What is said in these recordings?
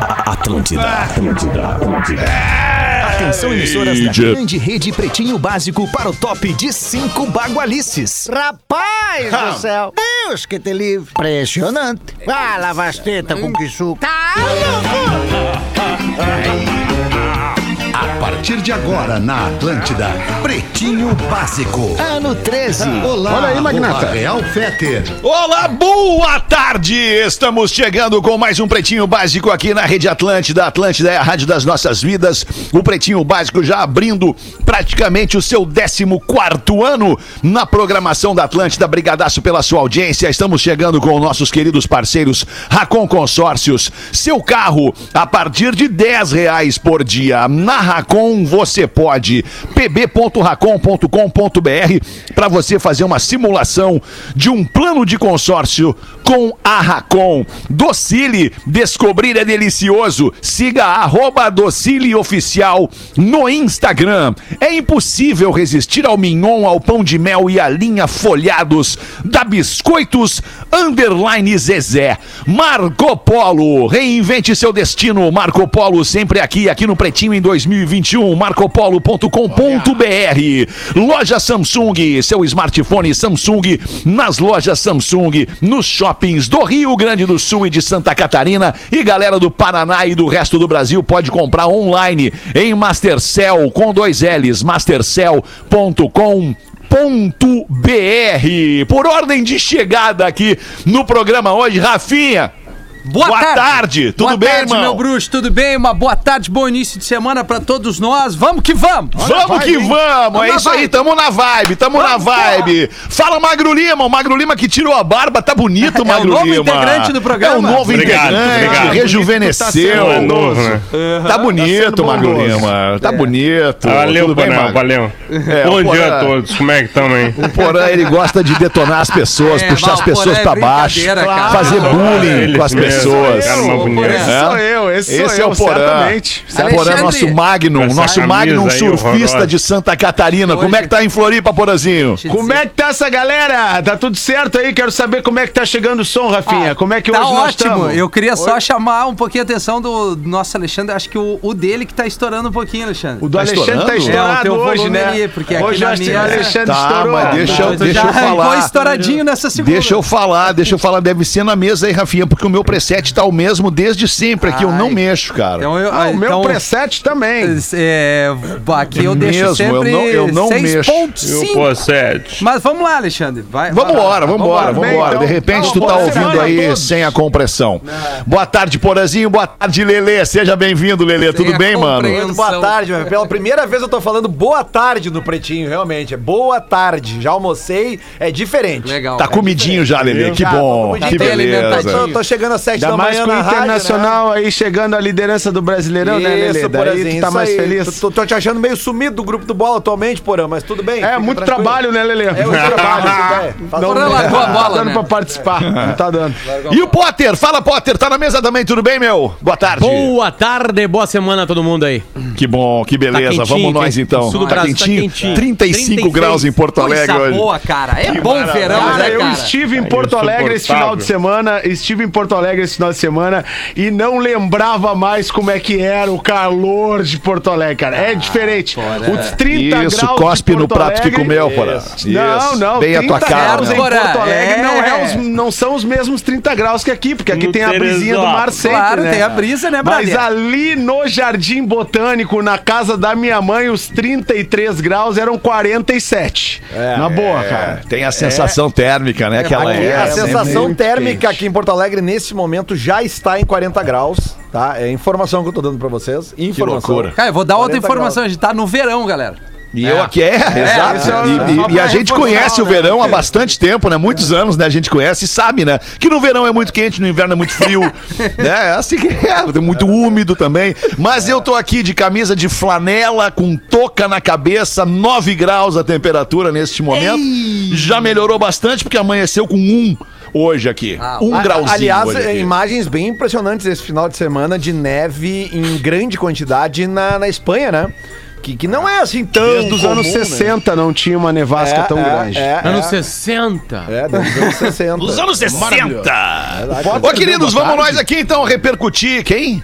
Atlântida, Atlântida, Atlântida. Atenção, é emissoras da grande rede Pretinho Básico para o top de cinco bagualices. Rapaz do céu! Deus que te livre! Impressionante! Ah, lava as tetas com que suco! Tá, A partir de agora, na Atlântida, Pretinho Básico. Ano 13. Olá, Olha aí, magnata. Arroba Real Feter. Olá, boa tarde! Estamos chegando com mais um Pretinho Básico aqui na Rede Atlântida. Atlântida é a rádio das nossas vidas. O Pretinho Básico já abrindo praticamente o seu 14º ano na programação da Atlântida. Brigadaço pela sua audiência. Estamos chegando com nossos queridos parceiros Racon Consórcios. Seu carro a partir de 10 reais por dia. Na Racon você pode. pb.racon.com.br para você fazer uma simulação de um plano de consórcio com a Racon. Docile, descobrir é delicioso. Siga arroba Docile Oficial no Instagram. É impossível resistir ao mignon, ao pão de mel e à linha folhados da Biscoitos Underline Zezé. Marco Polo, reinvente seu destino. Marco Polo sempre aqui, aqui no Pretinho em 2021. marcopolo.com.br. Loja Samsung, seu smartphone Samsung nas lojas Samsung, nos shoppings do Rio Grande do Sul e de Santa Catarina e galera do Paraná e do resto do Brasil pode comprar online em Mastercell com dois L's, mastercell.com Por ordem de chegada aqui no programa hoje, Rafinha. Boa, Boa tarde. tarde, tudo Boa bem, tarde, irmão? meu bruxo, tudo bem? Uma boa tarde, bom início de semana pra todos nós. Vamos que vamos. vamos que vamos, é na isso aí, vibe. tamo na vibe, tamo na vibe. Fala Magro Lima, o Magro Lima que tirou a barba, tá bonito É o o Magro novo Lima. integrante do programa. É o novo Obrigado, integrante, obrigado. rejuvenesceu. É novo, né? Tá bonito, Magro bondoso. Lima, tá bonito. Valeu, Tudo bem, Panel, Magro? valeu. É, Bom o dia Porã- a todos, como é que estão, hein? O Porã, ele gosta de detonar as pessoas, É, puxar as mas o Porã pessoas é pra baixo, brincadeira, cara. fazer Claro, é bullying ele com as mesmo, pessoas. cara, uma bonita. Porã. É. Sou eu, esse, Esse sou é eu, o Porã. certamente. Esse é o Porã, Alexandre. nosso Magnum, Essa nosso camisa Magnum aí, surfista horrorosa. de Santa Catarina. Como é que tá em Floripa, Porãzinho? Te Como dizer. é que tá essa galera? Tá tudo certo aí? Quero saber como é que tá chegando o som, Rafinha. Ah, como é que tá hoje nós ótimo. estamos? Eu queria só chamar um pouquinho a atenção do nosso Alexandre. Acho que o, o dele que tá estourando um pouquinho, Alexandre. O do Tá Alexandre estourando? tá É, o estourado teu hoje, volume né? ali, porque aqui hoje na eu acho que minha- o Alexandre Tá, estourou. mas deixa eu- Tu deixa já eu falar. arrancou estouradinho nessa segunda. Deixa eu falar, deixa eu falar. Deve ser na mesa aí, Rafinha, porque o meu preset tá o mesmo desde sempre aqui. Eu não Ai. mexo, cara. Então eu, Ah, o meu então, preset também. é, aqui eu Mesmo, deixo eu sempre não- eu não mexo. 6.5. Possete. Mas vamos lá, Alexandre. Vai, Vamos vai lá. embora, vamos embora, vamos bem, embora. De então. repente Tá tu bom, tá boa ouvindo semana a aí todos. É. sem a compressão. Boa tarde, Porazinho. Boa tarde, Lelê. Seja bem-vindo, Lelê. Tudo a bem, mano? compreensão. Boa tarde, meu. Pela primeira vez eu tô falando boa tarde no pretinho, realmente. É boa tarde. Já almocei, é diferente. Ah, Legal. Tá comidinho já, Lelê. Que Tá Já, bom, tô com que dinheiro. né? beleza. Tô, tô tá chegando às sete Ainda da mais manhã com o na rádio, Internacional aí chegando à liderança do Brasileirão, né? né, Lelê? Isso, Daí Porãzinho, tu tá isso mais aí. feliz. Tô, tô te achando meio sumido do grupo do bola atualmente, Porã, mas tudo bem. É, fica muito tranquilo. trabalho, né, Lelê? É, um muito trabalho. Não, Não, Porã não, largou a tá bola, dando né? pra participar. Não tá dando. E o Potter? Fala, Potter. Tá na mesa também, tudo bem, meu? Boa tarde. Boa tarde, boa semana a todo mundo aí. Tá Que bom, que beleza. quentinho, Vamos nós quentinho. então. Sul do Tá Brasil, tá quentinho. quentinho. 35 36. graus em Porto Alegre Coisa hoje. boa, cara. É bom maravilha. verão, Cara, né, eu cara? estive em É Porto Alegre esse final de semana, estive em Porto Alegre esse final de semana e não lembrava mais como é que era o calor de Porto Alegre, cara. Ah, É diferente. né? Os 30 Isso, graus de cospe no Porto prato que Alegre- comeu, Porã. Não, Isso. não. Bem a tua 30 cara. graus né? em Porã. Porto Alegre não, é É. os- não são os mesmos 30 graus que aqui, porque aqui No tem a brisinha do mar Teresópolis. sempre, Claro, né? tem a brisa, né, Mas brother? ali no Jardim Botânico, na casa da minha mãe, os 33 graus eram 47. na boa, cara. É, Tem a sensação térmica, né? Que ela Aqui, é. a né? sensação térmica aqui em Porto Alegre neste momento já está em 40 graus, tá? É informação que eu tô dando pra vocês. Informação. loucura. Cara, eu vou dar outra 40 informação. A gente tá no verão, galera. E eu aqui é, exato. isso é- E- só e, e a pra gente reforçar, conhece o né? verão há bastante tempo, né? Muitos anos, né? A gente conhece e sabe, né? Que no verão é muito quente, no inverno é muito frio. né? É assim que é, tem muito úmido também. Mas eu tô aqui de camisa de flanela, com touca na cabeça, 9 graus a temperatura neste momento. Já melhorou bastante porque amanheceu com um hoje aqui. Ah, um A- grauzinho. Aliás, é, hoje aqui. imagens bem impressionantes esse final de semana de neve em grande quantidade na, na Espanha, né? Que, que não é assim tão. Desde os comum, anos né? 60 não tinha uma nevasca É, tão é, grande. É, Anos é, 60. é, desde os anos 60. Dos anos 60. Ô, queridos, vamos nós aqui então repercutir. Quem?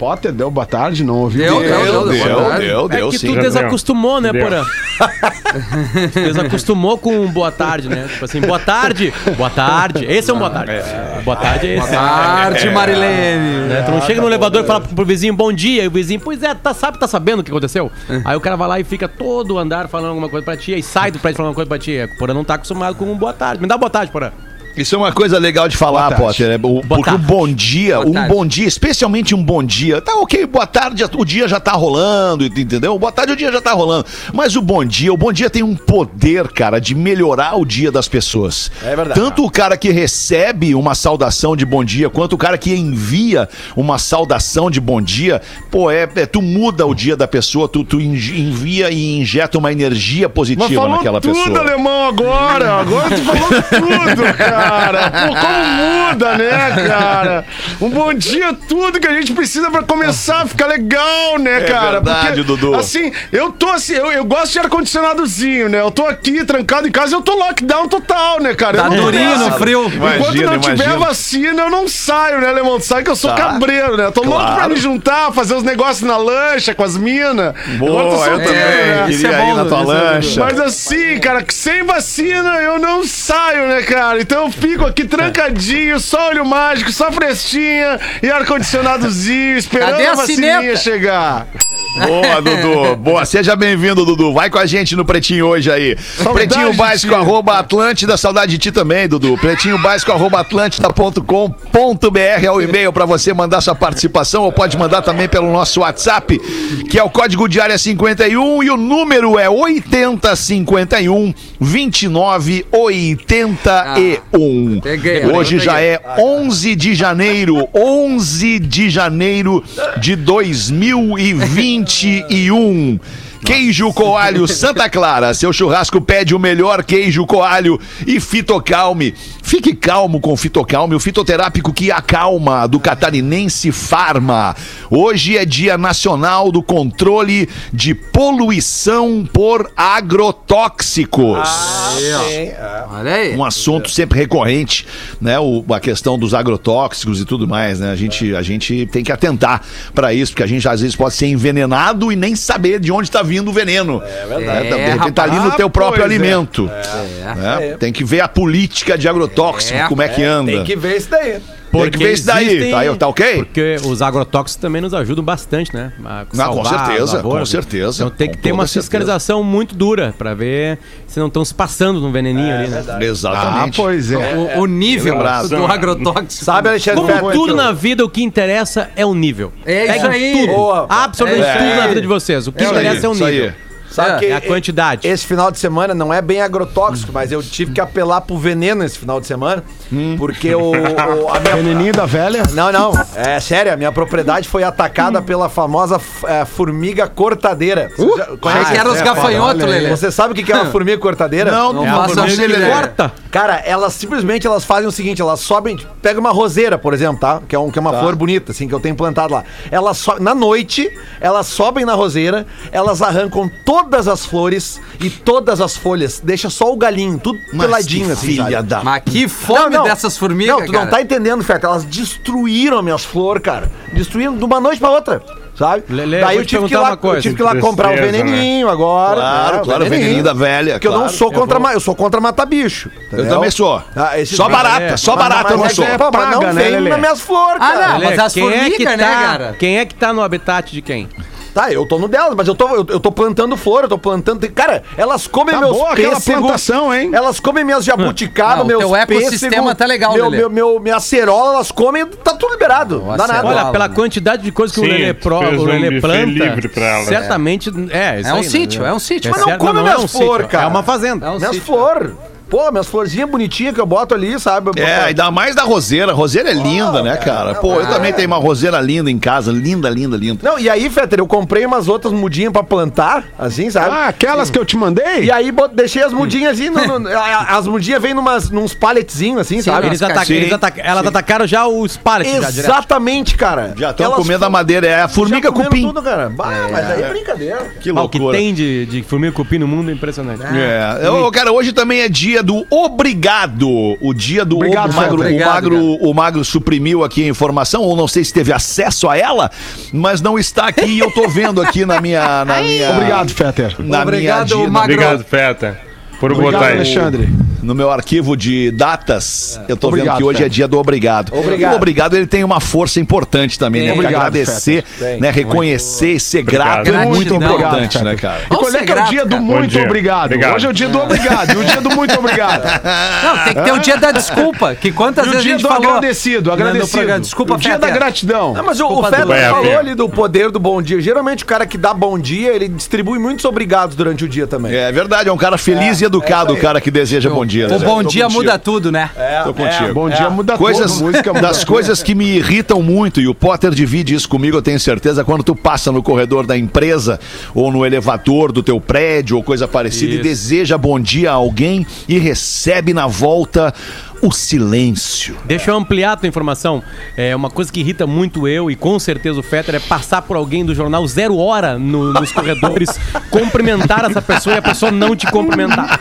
Potter deu boa tarde, não ouviu? Deu, deu, Deu. deu. Deu, deu, É deu, que sim. tu desacostumou, né, Deu. Porã? Tu desacostumou com um boa tarde, né? Tipo assim, boa tarde, boa tarde. Esse é um boa tarde. Ah, Boa tarde é esse. Tarde, Marilene. Né? Tu não chega no elevador e fala pro pro vizinho bom dia, e o vizinho, pois é, tá, sabe, tá sabendo o que aconteceu? Aí o cara vai lá e fica todo o andar falando alguma coisa pra ti, e sai do prédio falando alguma coisa pra ti. É, O Porã não tá acostumado com um boa tarde. Me dá boa tarde, Porã. Isso é uma coisa legal de falar, Potter. é o- porque o tarde. bom dia, um tarde. bom dia, especialmente um bom dia. Tá ok, boa tarde, o dia já tá rolando, ent- entendeu? Boa tarde, o dia já tá rolando. Mas o bom dia, o bom dia tem um poder, cara, de melhorar o dia das pessoas. É verdade. Tanto o cara que recebe uma saudação de bom dia, quanto o cara que envia uma saudação de bom dia, pô, é, é- tu muda o dia da pessoa, tu, tu envi- envia e injeta uma energia Mas positiva falou naquela tudo, pessoa. alemão, agora. Agora tu falou tudo, cara. Pô, como muda, né, cara? Um bom dia é tudo que a gente precisa pra começar a ficar legal, né, cara? É verdade, Dudu. Assim, eu tô assim, eu, eu gosto de ar-condicionadozinho, né? Eu tô aqui trancado em casa, eu tô lockdown total, né, cara? Tá eu não tô durinho nessa. no frio. Enquanto Imagina, não tiver imagina. vacina, eu não saio, né, Lemão? Tu sabe que eu sou Tá. cabreiro, né? Eu tô louco pra Claro. me juntar, fazer os negócios na lancha com as minas. Boa, Agora tô eu solteiro, né? também Isso queria é bom, ir na tua isso é muito lancha. Mas assim, cara, que sem vacina eu não saio, né, cara? Então eu fico aqui trancadinho, só olho mágico, só frestinha e ar-condicionadozinho, esperando Cadê a a vacininha sineta? chegar. Boa, Dudu. Boa, seja bem-vindo, Dudu. Vai com a gente no Pretinho hoje aí. Pretinho Básico, arroba Atlântida. Saudade de ti também, Dudu. Pretinho Básico, arroba Atlântida.com.br é o e-mail pra você mandar sua participação ou pode mandar também pelo nosso WhatsApp, que é o código de área 51 e o número é 8051 2981. Ah, peguei, hoje eu já peguei. é 11 de janeiro, 11 de janeiro de 2021. Queijo Coalho Santa Clara. Seu churrasco pede o melhor queijo coalho e Fitocalme. Fique calmo com o Fitocalme, o fitoterápico que acalma, do catarinense Farma. Hoje é Dia Nacional do Controle de Poluição por Agrotóxicos Olha aí. um assunto sempre recorrente, né? O, a questão dos agrotóxicos e tudo mais, né? A gente, a gente tem que atentar pra isso, porque a gente às vezes pode ser envenenado e nem saber de onde tá vindo o veneno. É verdade. de É, repente tá ali no rapaz. teu próprio Ah, pois é. alimento. né? Tem que ver a política de agrotóxico, É. como é que anda. Tem que ver isso daí. Tem que ver isso daí, existem- tá aí, tá ok? Porque os agrotóxicos também nos ajudam bastante, né? A Ah, com salvar certeza, as lavouras. com certeza, Então tem com que ter uma toda certeza. fiscalização muito dura pra ver se não estão se passando no veneninho É, ali, né? Ah, Exatamente. pois é. O, o nível lembrado. do agrotóxico. Sabe, Alexandre Como Fetter? tudo na vida, o que interessa é o nível. É isso Pega aí. tudo. Boa. Absolutamente É isso tudo na aí. vida de vocês. O que Isso aí, interessa é o isso aí. nível. Sabe É, Tá, que É a quantidade. Esse final de semana não é bem agrotóxico, mas eu tive que apelar pro veneno esse final de semana. Hum. Porque o, o- a minha- Veneninho da velha? Não, não. É sério, a minha propriedade foi atacada pela famosa f- é, formiga cortadeira. Você já Uh! Achei que eram os É, gafanhotos, foda. Lelê. Você sabe o que que é uma formiga cortadeira? Não faço a mínima ideia. Corta. Cara, elas simplesmente elas fazem o seguinte, elas sobem, tipo, pega uma roseira, por exemplo, tá? Que é, um, que é uma flor bonita, assim, que eu tenho plantado lá. Elas so- na noite, elas sobem na roseira, elas arrancam todas as flores e todas as folhas, deixa só o galinho, tudo peladinho, assim, sabe? filha da... Mas que Não, fome não. dessas formigas, Não, tu não cara. tá entendendo, Feta. Elas destruíram minhas flores, cara. Destruíram de uma noite pra outra. Sabe? Lelê, Daí vou eu te tive, que ir perguntar lá, uma coisa. eu tive que ir lá comprar o Tristeza, né? veneninho agora. Claro, né, claro, veneninho da velha. Porque É eu não claro. sou contra, ma- eu sou contra matar bicho. Eu entendeu? também sou. Ah, esse- só barata, é. só Mas- barata eu não mas sou. é que- pô, mas Paga, não né, vem Lelê? nas minhas flores, Ah, cara. não. Mas as quem é que formigas, tá, né, cara? Quem é que tá no habitat de quem? Tá, eu tô no delas, mas eu tô, eu, eu tô plantando flor, eu tô plantando. tem- Cara, elas comem Tá meus boa aquela pêssegos, plantação, hein? Elas comem minhas jabuticabas, Não, meus teu ecossistema pêssegos, tá legal, meu, Lelê. meu, meu, Minha acerola, elas comem, tá tudo liberado. Não, dá acerola. nada. Olha, Aula, pela né? quantidade de coisas que Sim, o Lelê, tu pro, fez o um Lelê buffet planta, livre pra ela. certamente... É, isso É um aí, né? sítio, é um sítio. Mas não certo- come minhas flor, sítio, cara. É uma fazenda. É um Minhas sítio. flores. Pô, minhas florzinhas bonitinhas que eu boto ali, sabe? É, ainda mais da roseira. Roseira é linda, né, cara? Pô, eu também tenho uma roseira linda em casa. Linda, linda, linda. Não, e aí, Fetter, eu comprei umas outras mudinhas pra plantar, assim, sabe? Ah, aquelas que eu te mandei? Hum. E aí bot- deixei as mudinhas assim, no- no- a- a- as mudinhas vêm numas, nos paletezinhos, assim, Sim, sabe? Eles Nas ataca, caixinhas. eles ataca, elas atacaram já os pallets já direto. Exatamente, cara. Já estão Elas comendo a fo- madeira. É a já formiga comendo cupim. Tudo, cara. Bah, mas aí é brincadeira. Que Ah, o que tem de, de formiga cupim no mundo é impressionante. É. Ô, cara, hoje também é dia dia do obrigado. O dia do Obrigado, o magro, obrigado, o magro, o magro suprimiu aqui a informação, ou não sei se teve acesso a ela, mas não está aqui e eu tô vendo aqui na minha na minha Obrigado, Fetter. na minha Obrigado, agenda, magro. Obrigado, Feta, por Obrigado, botar isso. Alexandre. no meu arquivo de datas. Eu tô Obrigado, vendo que hoje é Feta. dia do obrigado. Obrigado. O obrigado ele tem uma força importante também, né? Obrigado, agradecer, Tem. né, reconhecer e ser grato é Obrigado. muito Gratidão. importante, Obrigado, né, cara? E qual Vamos é ser que é o grato, dia do cara. muito dia. obrigado? Obrigado. Hoje é o dia do obrigado. E o dia do muito obrigado. Não, tem que ter o dia da desculpa, que quantas E o vezes a dia gente do falou... agradecido, No- no agradecido. programa. Desculpa, O dia da Fetter. gratidão. Ah, mas o, o Desculpa, Fedor Dudu. falou É, ali do poder do bom dia. Geralmente o cara que dá bom dia, ele distribui muitos obrigados durante o dia também. É verdade, é um cara feliz e É educado, o cara que deseja bom dia. É O né? bom Tô dia contigo. muda tudo, né? Tô contigo. Bom dia muda Coisas, tudo. Música muda das tudo. coisas que me irritam muito, e o Potter divide isso comigo, eu tenho certeza, quando tu passa no corredor da empresa ou no elevador do teu prédio ou coisa parecida e deseja bom dia a alguém e recebe na volta o silêncio. Deixa eu ampliar a tua informação. É uma coisa que irrita muito eu e com certeza o Fetter é passar por alguém do jornal Zero Hora no- nos corredores, cumprimentar essa pessoa e a pessoa não te cumprimentar.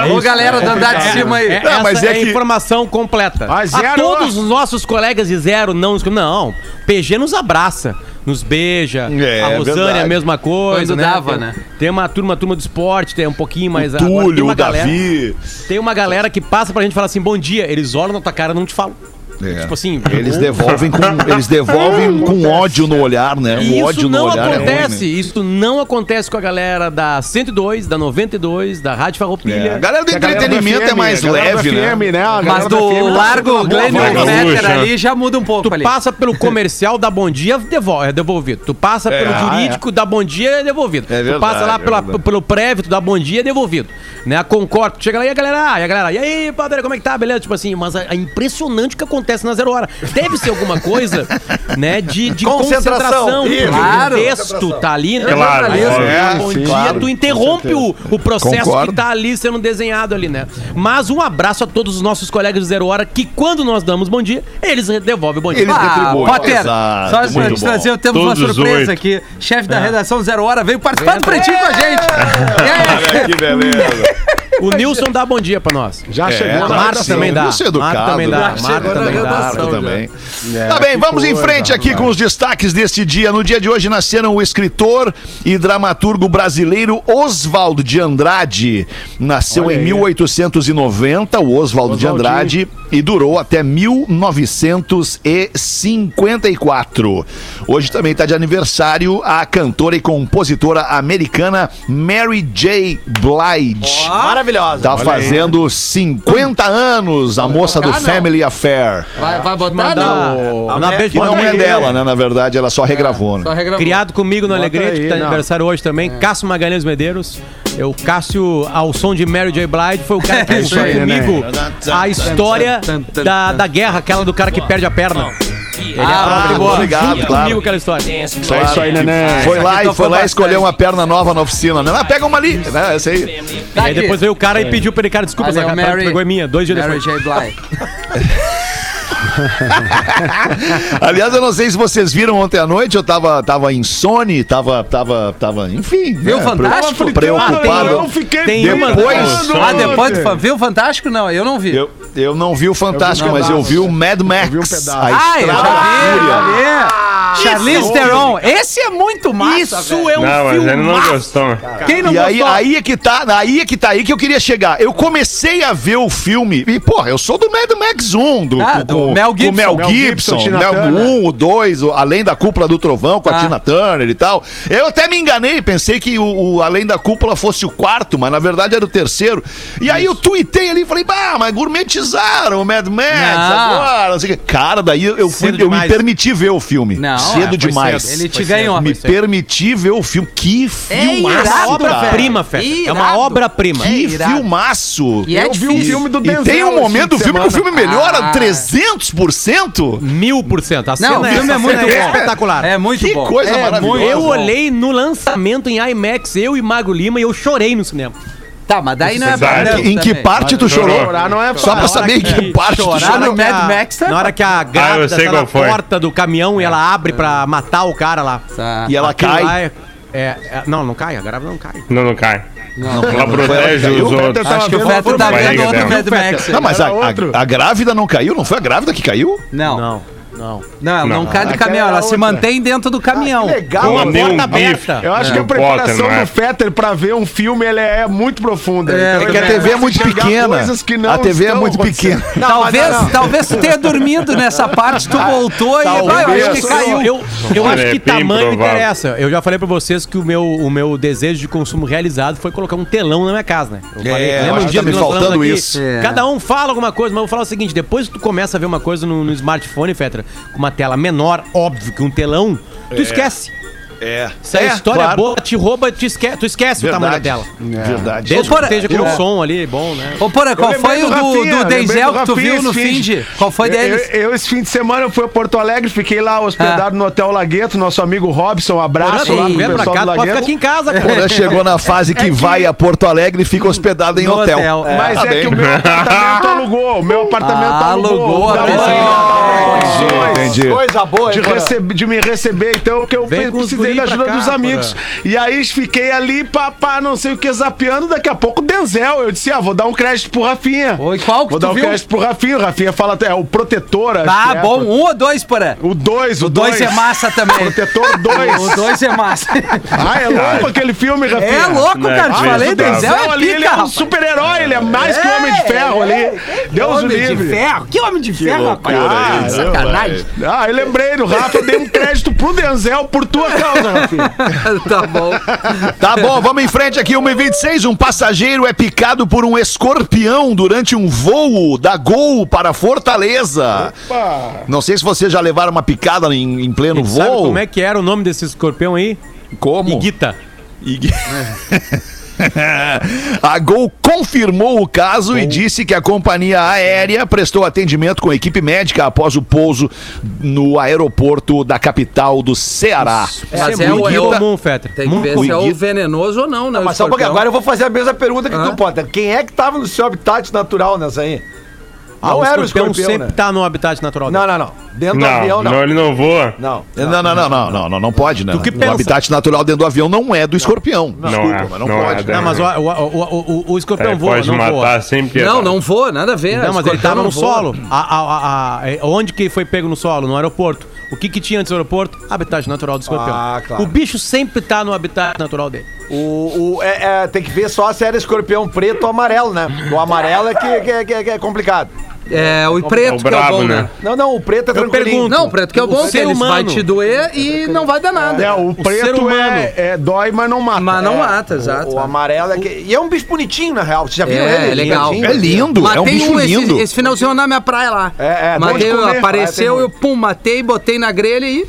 Alô, galera do andar de cima aí. É, Não, essa mas é é, a que- informação completa. Ah, a zero- todos os nossos colegas de zero não nos... Não, PG nos abraça, nos beija. É, a Rosane verdade. é a mesma coisa, Quando dava, Tem- né? Tem uma turma, turma do esporte, tem um pouquinho mais... agora tem Túlio, uma o Davi. Tem uma galera que passa pra gente e fala assim, bom dia. Eles olham na tua cara e não te falam. É. Tipo assim, Eles ou- devolvem com, eles devolvem com ódio no olhar, né? E O isso ódio no não olhar. é ruim, né? acontece, isso não acontece com a galera da 102, da 92, da Rádio Farroupilha. É, A galera do A galera do entretenimento é FM, mais a galera do leve, né? FM, né? A Mas galera do FM, largo Glenn boa, boa, Fetter boa, ali já muda um pouco Tu ali. passa pelo comercial da Bom Dia, devol- é devolvido. Tu passa pelo jurídico da Bom Dia, é devolvido. É verdade, tu passa lá é pela- verdade. pelo prévio da Bom Dia, é devolvido. Né? A Concordo, tu chega lá e a galera, ah, e a galera, e aí, padre, como é que tá? Beleza? Tipo assim, mas é é impressionante o que acontece na zero hora. Deve ser alguma coisa, né, de, de Concentração, concentração. isso. Claro. O texto tá ali, né? Claro, Aí, óbvio. É, bom sim, dia, claro, tu interrompe o, o processo Concordo. que tá ali sendo desenhado ali, né? Mas um abraço a todos os nossos colegas de Zero Hora, que quando nós damos bom dia, eles devolvem o bom dia. Eles Ah, retribuem. Potter, Exato, só pra muito te bom. trazer, temos uma Todos os surpresa oito. aqui. Chefe É. da redação Zero Hora veio participar do pretinho com a gente. E aí? Que beleza. O Nilson dá bom dia pra nós. Já chegou É, na Marta redação. também dá. Isso é educado, Marta também dá. né? Marta Chegou na também dá. redação Marta também. tá bem, vamos em frente aqui com os destaques deste dia. No dia de hoje nasceram o escritor e dramaturgo brasileiro Oswaldo de Andrade. Nasceu em 1890, o Oswaldo de Andrade, e durou até 1954. Hoje também está de aniversário a cantora e compositora americana Mary J. Blige. Maravilhosa. Tá fazendo 50 anos a moça do Family Affair. Vai, vai botar Mandar Ah, não? Ah, um- mandar um beijo Que pra não é Maria. dela, né? Na verdade, ela só regravou. Só Né? regra- Criado comigo no Alegrete, aí, que tá não. É. aniversário hoje também. Cássio Magalhães Medeiros. Eu, Cássio, ao som de Mary J. Blige, foi o cara que isso usou aí, né? comigo a história da, da guerra, aquela do cara que perde a perna. Ele é Ah, abriu tô ligado, junto claro. comigo aquela história. É isso aí, neném. né? Foi lá e tocou foi lá bastante. escolher uma perna nova na oficina, né? Ah, pega uma ali. Né? Essa aí. Tá Aí aqui. É, depois veio o cara e pediu pra ele, cara, desculpa, Valeu, essa cara Mary. que pegou é minha, dois dias Mary depois. J. Blige. Aliás, eu não sei se vocês viram ontem à noite, eu tava, tava insone, tava, tava, tava, enfim. Viu o né? Fantástico? Pre- Preocupado. Eu fiquei Tem bem uma- pensando Ah, depois do ontem. Fan- Viu o Fantástico? Não, eu não vi. Eu, eu não vi o Fantástico, Eu vi um mas eu pedaço. vi o Mad Max. vi um pedaço. A Ah, eu Estrada já da Fúria. vi, já vi. Charlize Theron. Esse é muito massa, Isso velho. é um Não, mas ele não filmaço. gostou. Quem não E aí, gostou? aí é que tá, aí é que tá aí que eu queria chegar. Eu comecei a ver o filme e, porra, eu sou do Mad Max 1, do, Ah, do Mel com o Mel Mel Gibson, Gibson, Tina Mel Turner. 1, o 2, o Além da Cúpula do Trovão com a Ah. Tina Turner e tal. Eu até me enganei, pensei que o, o Além da Cúpula fosse o quarto, mas na verdade era o terceiro. E aí eu tuitei ali e falei, bah, mas gourmetizaram o Mad Max Não. agora, não sei o que. Cara, daí eu, fui- Cedo eu me demais. permiti ver o filme. Não, é, cedo foi demais. cedo. Ele te Foi ganhou. certo. Me Foi certo. permiti ver o filme. Que filmaço, É uma irado, cara. obra-prima, Fé. É uma Irado. obra-prima. Que irado. filmaço. E é Eu vi o difícil. filme do E Denzel. tem um esse momento do fim de filme que o semana. filme melhora Ah. 300%. Mil por cento. A cena Não, o é, filme é essa muito cena bom. espetacular. É muito Que bom. coisa É maravilhosa. muito eu bom. olhei no lançamento em IMAX, eu e Mago Lima, e eu chorei no cinema. Tá, mas daí não é Exato. padrão em que também. parte tu Chorou. chorou? Chorar não é Só Ah, pra saber em que parte tu chorar é chorou. no Mad Max, tá? Na hora que a grávida Ah, sei tá qual na foi. porta do caminhão e ela abre pra matar o cara lá. Tá. E ela Aquilo cai. lá é- é- é- não, não cai, a grávida não cai. Não, não cai. Ela protege os outros. Acho que o vendo Fetter uma tá vendo barriga outro dela. Mad Max. aí. Não, mas a, Era a- outro. a grávida não caiu? Não foi a grávida que caiu? Não, não, Não, não. ela não, é Não. cai do é Aquela caminhão, era ela se outra. mantém dentro Ah, do caminhão. Legal, Uma a nem um porta bife. aberta. Eu acho que a Não, Potter, preparação não é? do Fetter pra ver um filme ele é muito profunda. É, ele porque a começa TV é muito enxergar pequena. coisas que não A TV é estão muito acontecendo. pequena. talvez, talvez tu tenha dormido nessa parte, tu Ah, voltou e vai, eu acho que caiu. Eu, eu acho É que bem tamanho provável. interessa. Eu já falei pra vocês que o meu, o meu desejo de consumo realizado foi colocar um telão na minha casa, né? Eu falei, eu acho que tá que me nós falamos faltando aqui? isso. É. Cada um fala alguma coisa, mas eu vou falar o seguinte: depois que tu começa a ver uma coisa no, no smartphone, Fetra, com uma tela menor, óbvio que um telão, tu esquece. É. Se a história é claro. boa, te rouba, te esque tu esquece o tamanho da tela. É. Verdade. Desde Ô, que Porã, esteja com eu- um som ali, bom, né? Ô, Porã, qual lembrei foi o do do, Rafinha, do lembrei Denzel do que tu Rafinha viu no esse fim fim de- de? Qual foi Eu, deles? Ah. eu, esse fim de semana, eu fui a Porto Alegre, fiquei lá hospedado no Hotel Lagueto, nosso amigo Robson, um abraço lá Porã, pro vem pra pessoal cá, do tu pode ficar aqui Lagueto. em casa, né? cara. Porã chegou na fase que vai a Porto Alegre e fica hospedado em No hotel. hotel, é. Mas Tá é bem. que o meu apartamento alugou, o meu apartamento Ah, alugou. alugou a Então, pensão. Ah, condições. Entendi. Coisa boa, de, hein, Porã? receber- de me receber, então, que eu Vem pe- com os precisei guri da pra ajuda cá, dos amigos. E aí fiquei ali, papá, não sei o que, zapeando, daqui a pouco Denzel. Eu disse, ah, vou dar um crédito pro Rafinha. Oi, qual que vou tu dar um viu? crédito pro Rafinha. O Rafinha fala até, é o protetor. acho Ah, que é, bom, um ou dois, Porã? O 2, o O dois 2 é massa também. Protetor 2. O dois é massa. Ah, é louco aquele filme, Rafinha. É louco, Não é cara, te falei, acreditável. Denzel é ali, ele pica, é um rapaz. super-herói, ele é mais que um homem de ferro ali. Deus o Homem de livre. ferro? Que homem de ferro, rapaz? loucura Ah, isso, sacanagem. Ah, eu lembrei do Rafa, eu dei um crédito pro Denzel por tua causa, Rafinha. tá bom. Tá bom, vamos em frente aqui, 1h26. Um passageiro é picado por um escorpião durante um voo da Gol para Fortaleza. Não sei se vocês já levaram uma picada em, em pleno voo. Sabe como é que era o nome desse escorpião aí? Como? Iguita. Ig- A Gol confirmou o caso e disse que a companhia aérea prestou atendimento com a equipe médica após o pouso no aeroporto da capital do Ceará. Mas Isso é o- muito é o- comum, Fetter. Tem que Muito ver se é o Iguita. venenoso ou não, né? o Mas só um porque escorpião. agora eu vou fazer a mesma pergunta Ah. que Hã? tu, Potter. Quem é que tava no seu habitat natural nessa aí? Ah, Não era o escorpião, sempre né? tá no habitat natural Não, dele. não, não. Dentro do Não, avião, não, não. ele não voa. Não. Não, não, não, não, não, não, não pode, né? que O pensa? habitat natural dentro do avião não é do escorpião. Não é, mas não, não é, pode. né? deve- Não, né? mas o, o, o, o- o escorpião Ele voa, É, pode não matar tá. voa. sem piedade. Não, não vou, nada a ver. Não, mas ele escorpião tava não no voa. solo. A- a- a- a- é, onde que foi pego no solo? No aeroporto. O que que tinha antes do aeroporto? Habitat natural do escorpião. Ah, claro. O bicho sempre tá no habitat natural dele. O, o- é- é, tem que ver só se era escorpião preto ou amarelo, né? O amarelo é que, que- que- que é complicado. É, o preto que é o brabo, bom, né? né? Não, não, o preto é tranquilo. pergunto. Não, o preto que é o bom, O porque ser ele vai humano. te doer e não vai dar nada. É, o ser preto humano. é, é dói, mas não mata. Mas Ah, não mata, O, exato. o amarelo é que. E é um bicho bonitinho, na real. Você já viu É, ele? é legal. Bonitinho. É lindo, é um Matei bicho um lindo. esse, esse finalzinho na minha praia lá. É, é, bom matei, um, de comer. apareceu, Ah, tem eu pum, matei, botei na grelha e.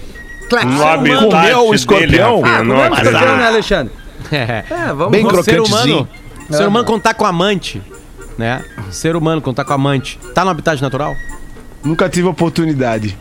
Clac. No habitat comeu o dele, escorpião? Rafinha, Ah, não comeu, mas acredito. Entendeu, né, Alexandre? É. É, vamos Bem vamos- O ser crocantezinho. humano, o ser humano contar com amante, né? Ser humano contar com amante, tá no habitat natural? Nunca tive oportunidade.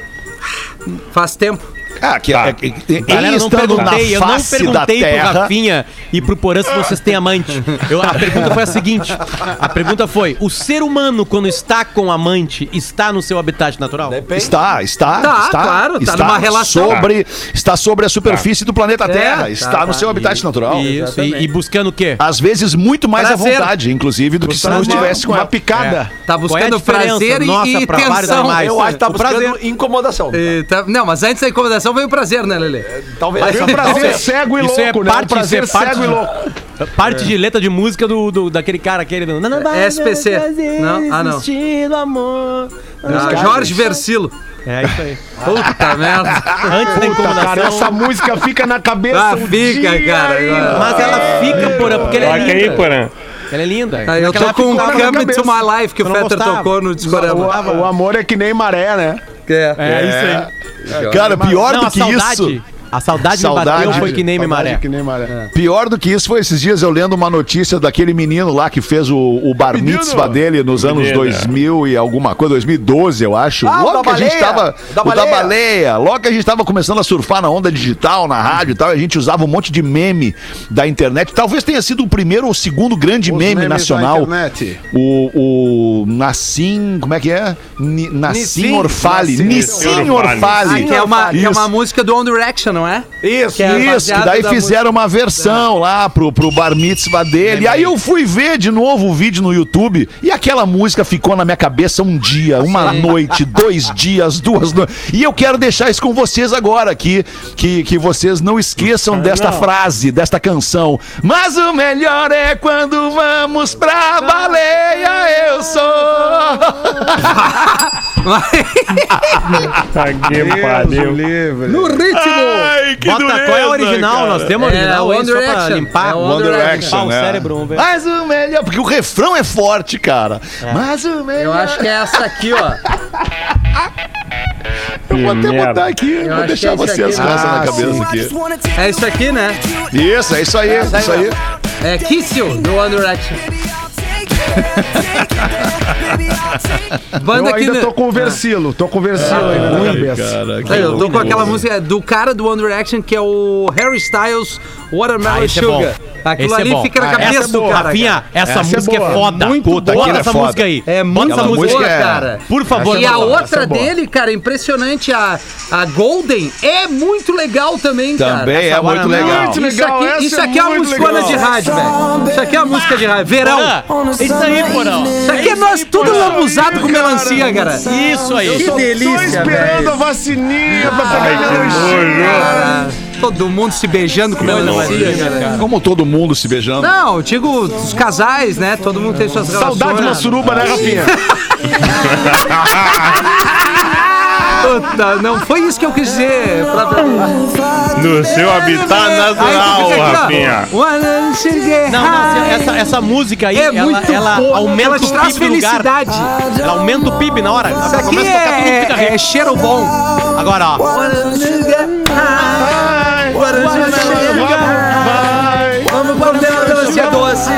Faz tempo. Ah, que Tá. é, que- que- Galera, ele eu não estando na perguntei, eu não face da perguntei pro terra, Rafinha e pro Porã se vocês têm amante. Eu- a pergunta foi a seguinte: a pergunta foi: o ser humano, quando está com amante, está no seu habitat natural? está, está, Tá, está, claro, tá está numa relação. sobre, Tá. está sobre a superfície do É, planeta Terra, tá, está tá. no seu habitat natural. Isso, e, e buscando o quê? Às vezes muito mais Prazer. à vontade, inclusive, do que se não Mas estivesse com uma a picada. Tá Qual é a buscando diferença? prazer e, Nossa, e pra vários tensão. animais. Eu acho que tá O buscando prazer. incomodação. Eh, tá- não, mas antes da incomodação veio o prazer, né, Lele? Talvez. Tem um prazer cego e Isso louco, é né? parte- um prazer isso é parte- cego e louco. é. Parte de letra de música do, do- daquele cara, aquele. Não, não, É vai SPC. dar prazer Não? Ah, não. existindo amor. Ah, Jorge Versilo. É isso aí. Puta merda. Antes da Puta, cara, incomodação. essa música fica na cabeça. Ah, o um fica, dia cara, inteiro. agora. Mas ela fica, Porã, porque ela é Toca aí, linda. Porã. Ela é linda. Ah, eu Porque ela tô com o ficou na Come cabeça. to My Life que Eu o não Fetter gostava. tocou no Discorama. O, o amor é que nem maré, né? É. É isso aí. Cara, pior Não, do a que é saudade. isso. A saudade, me Saudade. bateu, foi que nem me Saudade maré. Que nem maré. Pior do que isso foi esses dias eu lendo uma notícia daquele menino lá que fez o, o bar Menino. mitzvah dele nos anos Menina. 2000 e alguma coisa, 2012 eu acho. Ah, o logo da que a gente baleia. tava. O da o da baleia. baleia. Logo que a gente tava começando a surfar na onda digital, na rádio e tal, a gente usava um monte de meme da internet. Talvez tenha sido o primeiro ou o segundo grande Os meme memes da nacional. internet. O, o Nassim, como é que é? Ni- Nassim Nissim. Orfale. Nassim Nissim Orfale. Orfale. Que é uma, que é Isso. uma música do One Direction, não é? Isso, Que é Isso, que baseado daí da fizeram uma versão lá pro, pro bar mitzvah dele. aí eu fui ver de novo o vídeo no YouTube e aquela música ficou na minha cabeça um dia, uma noite, dois dias, duas noites. E eu quero deixar isso com vocês agora aqui, que, que vocês não esqueçam desta frase, desta canção. Mas o melhor é quando vamos pra baleia, eu sou. que pariu. No ritmo! Ai, que Bota qual é dureza, a original, cara. nós temos a É, original aí One só pra Direction. limpar, É limpar One Direction, o é. cérebro, vamos ver. Mas o melhor, porque o refrão é forte, cara. Mas o melhor. Eu acho que é essa aqui, ó. Eu vou até merda. botar aqui, acho que vou é deixar isso vocês aqui. com essa na Ah, cabeça aqui. É isso aqui, né? Isso, é isso aí, é isso aí. É Kiss You, do One Direction. Banda Eu que... ainda tô com o Versilo, tô com o Versilo Ah, ainda né? na cabeça. É, eu tô com aquela música do cara do One Direction, que é o Harry Styles, Watermelon Ah, esse é bom. Sugar. Aquilo Esse é ali bom. fica na Ah, cabeça essa é do boa. cara. Rafinha, essa, Essa é música é, boa. foda. Muito Puta, boa. Bota Aquela essa é foda. música aí. É Bota muito essa boa, música aí. cara. Por favor, E a Rafa. outra é boa. dele, cara, impressionante, a, a Golden, é muito legal também, cara. Também é muito legal. Muito Isso legal, aqui, essa isso é aqui é uma muito musicona legal. de rádio, velho. Isso aqui é uma música de rádio. Verão. Porã, Isso aí, porão. Isso aqui é nós tudo lambuzado com melancia, cara. Isso aí. Que Tô delícia, esperando velho. a vacininha pra pegar minha lanchinha. né? Cara, Todo mundo se beijando com é melancia, né, cara. Como todo mundo se beijando. Não, eu digo os casais, né? Todo mundo tem suas relações. Saudade de uma suruba, né, Rafinha? Puta, não foi isso que eu quis dizer. Pra... No seu habitat Aí tu fica natural, aqui, ó. Rafinha. Wanna chegar Não, não, assim, essa, essa música aí, É ela, muito ela boa, aumenta ela o te traz PIB no lugar. felicidade. Ela aumenta o PIB na hora. Ela Isso aqui começa a tocar, todo mundo fica é, é, rico. é cheiro bom. Agora, ó. Wanna chegar high, wanna chegar high. Vamos comer uma melancia doce.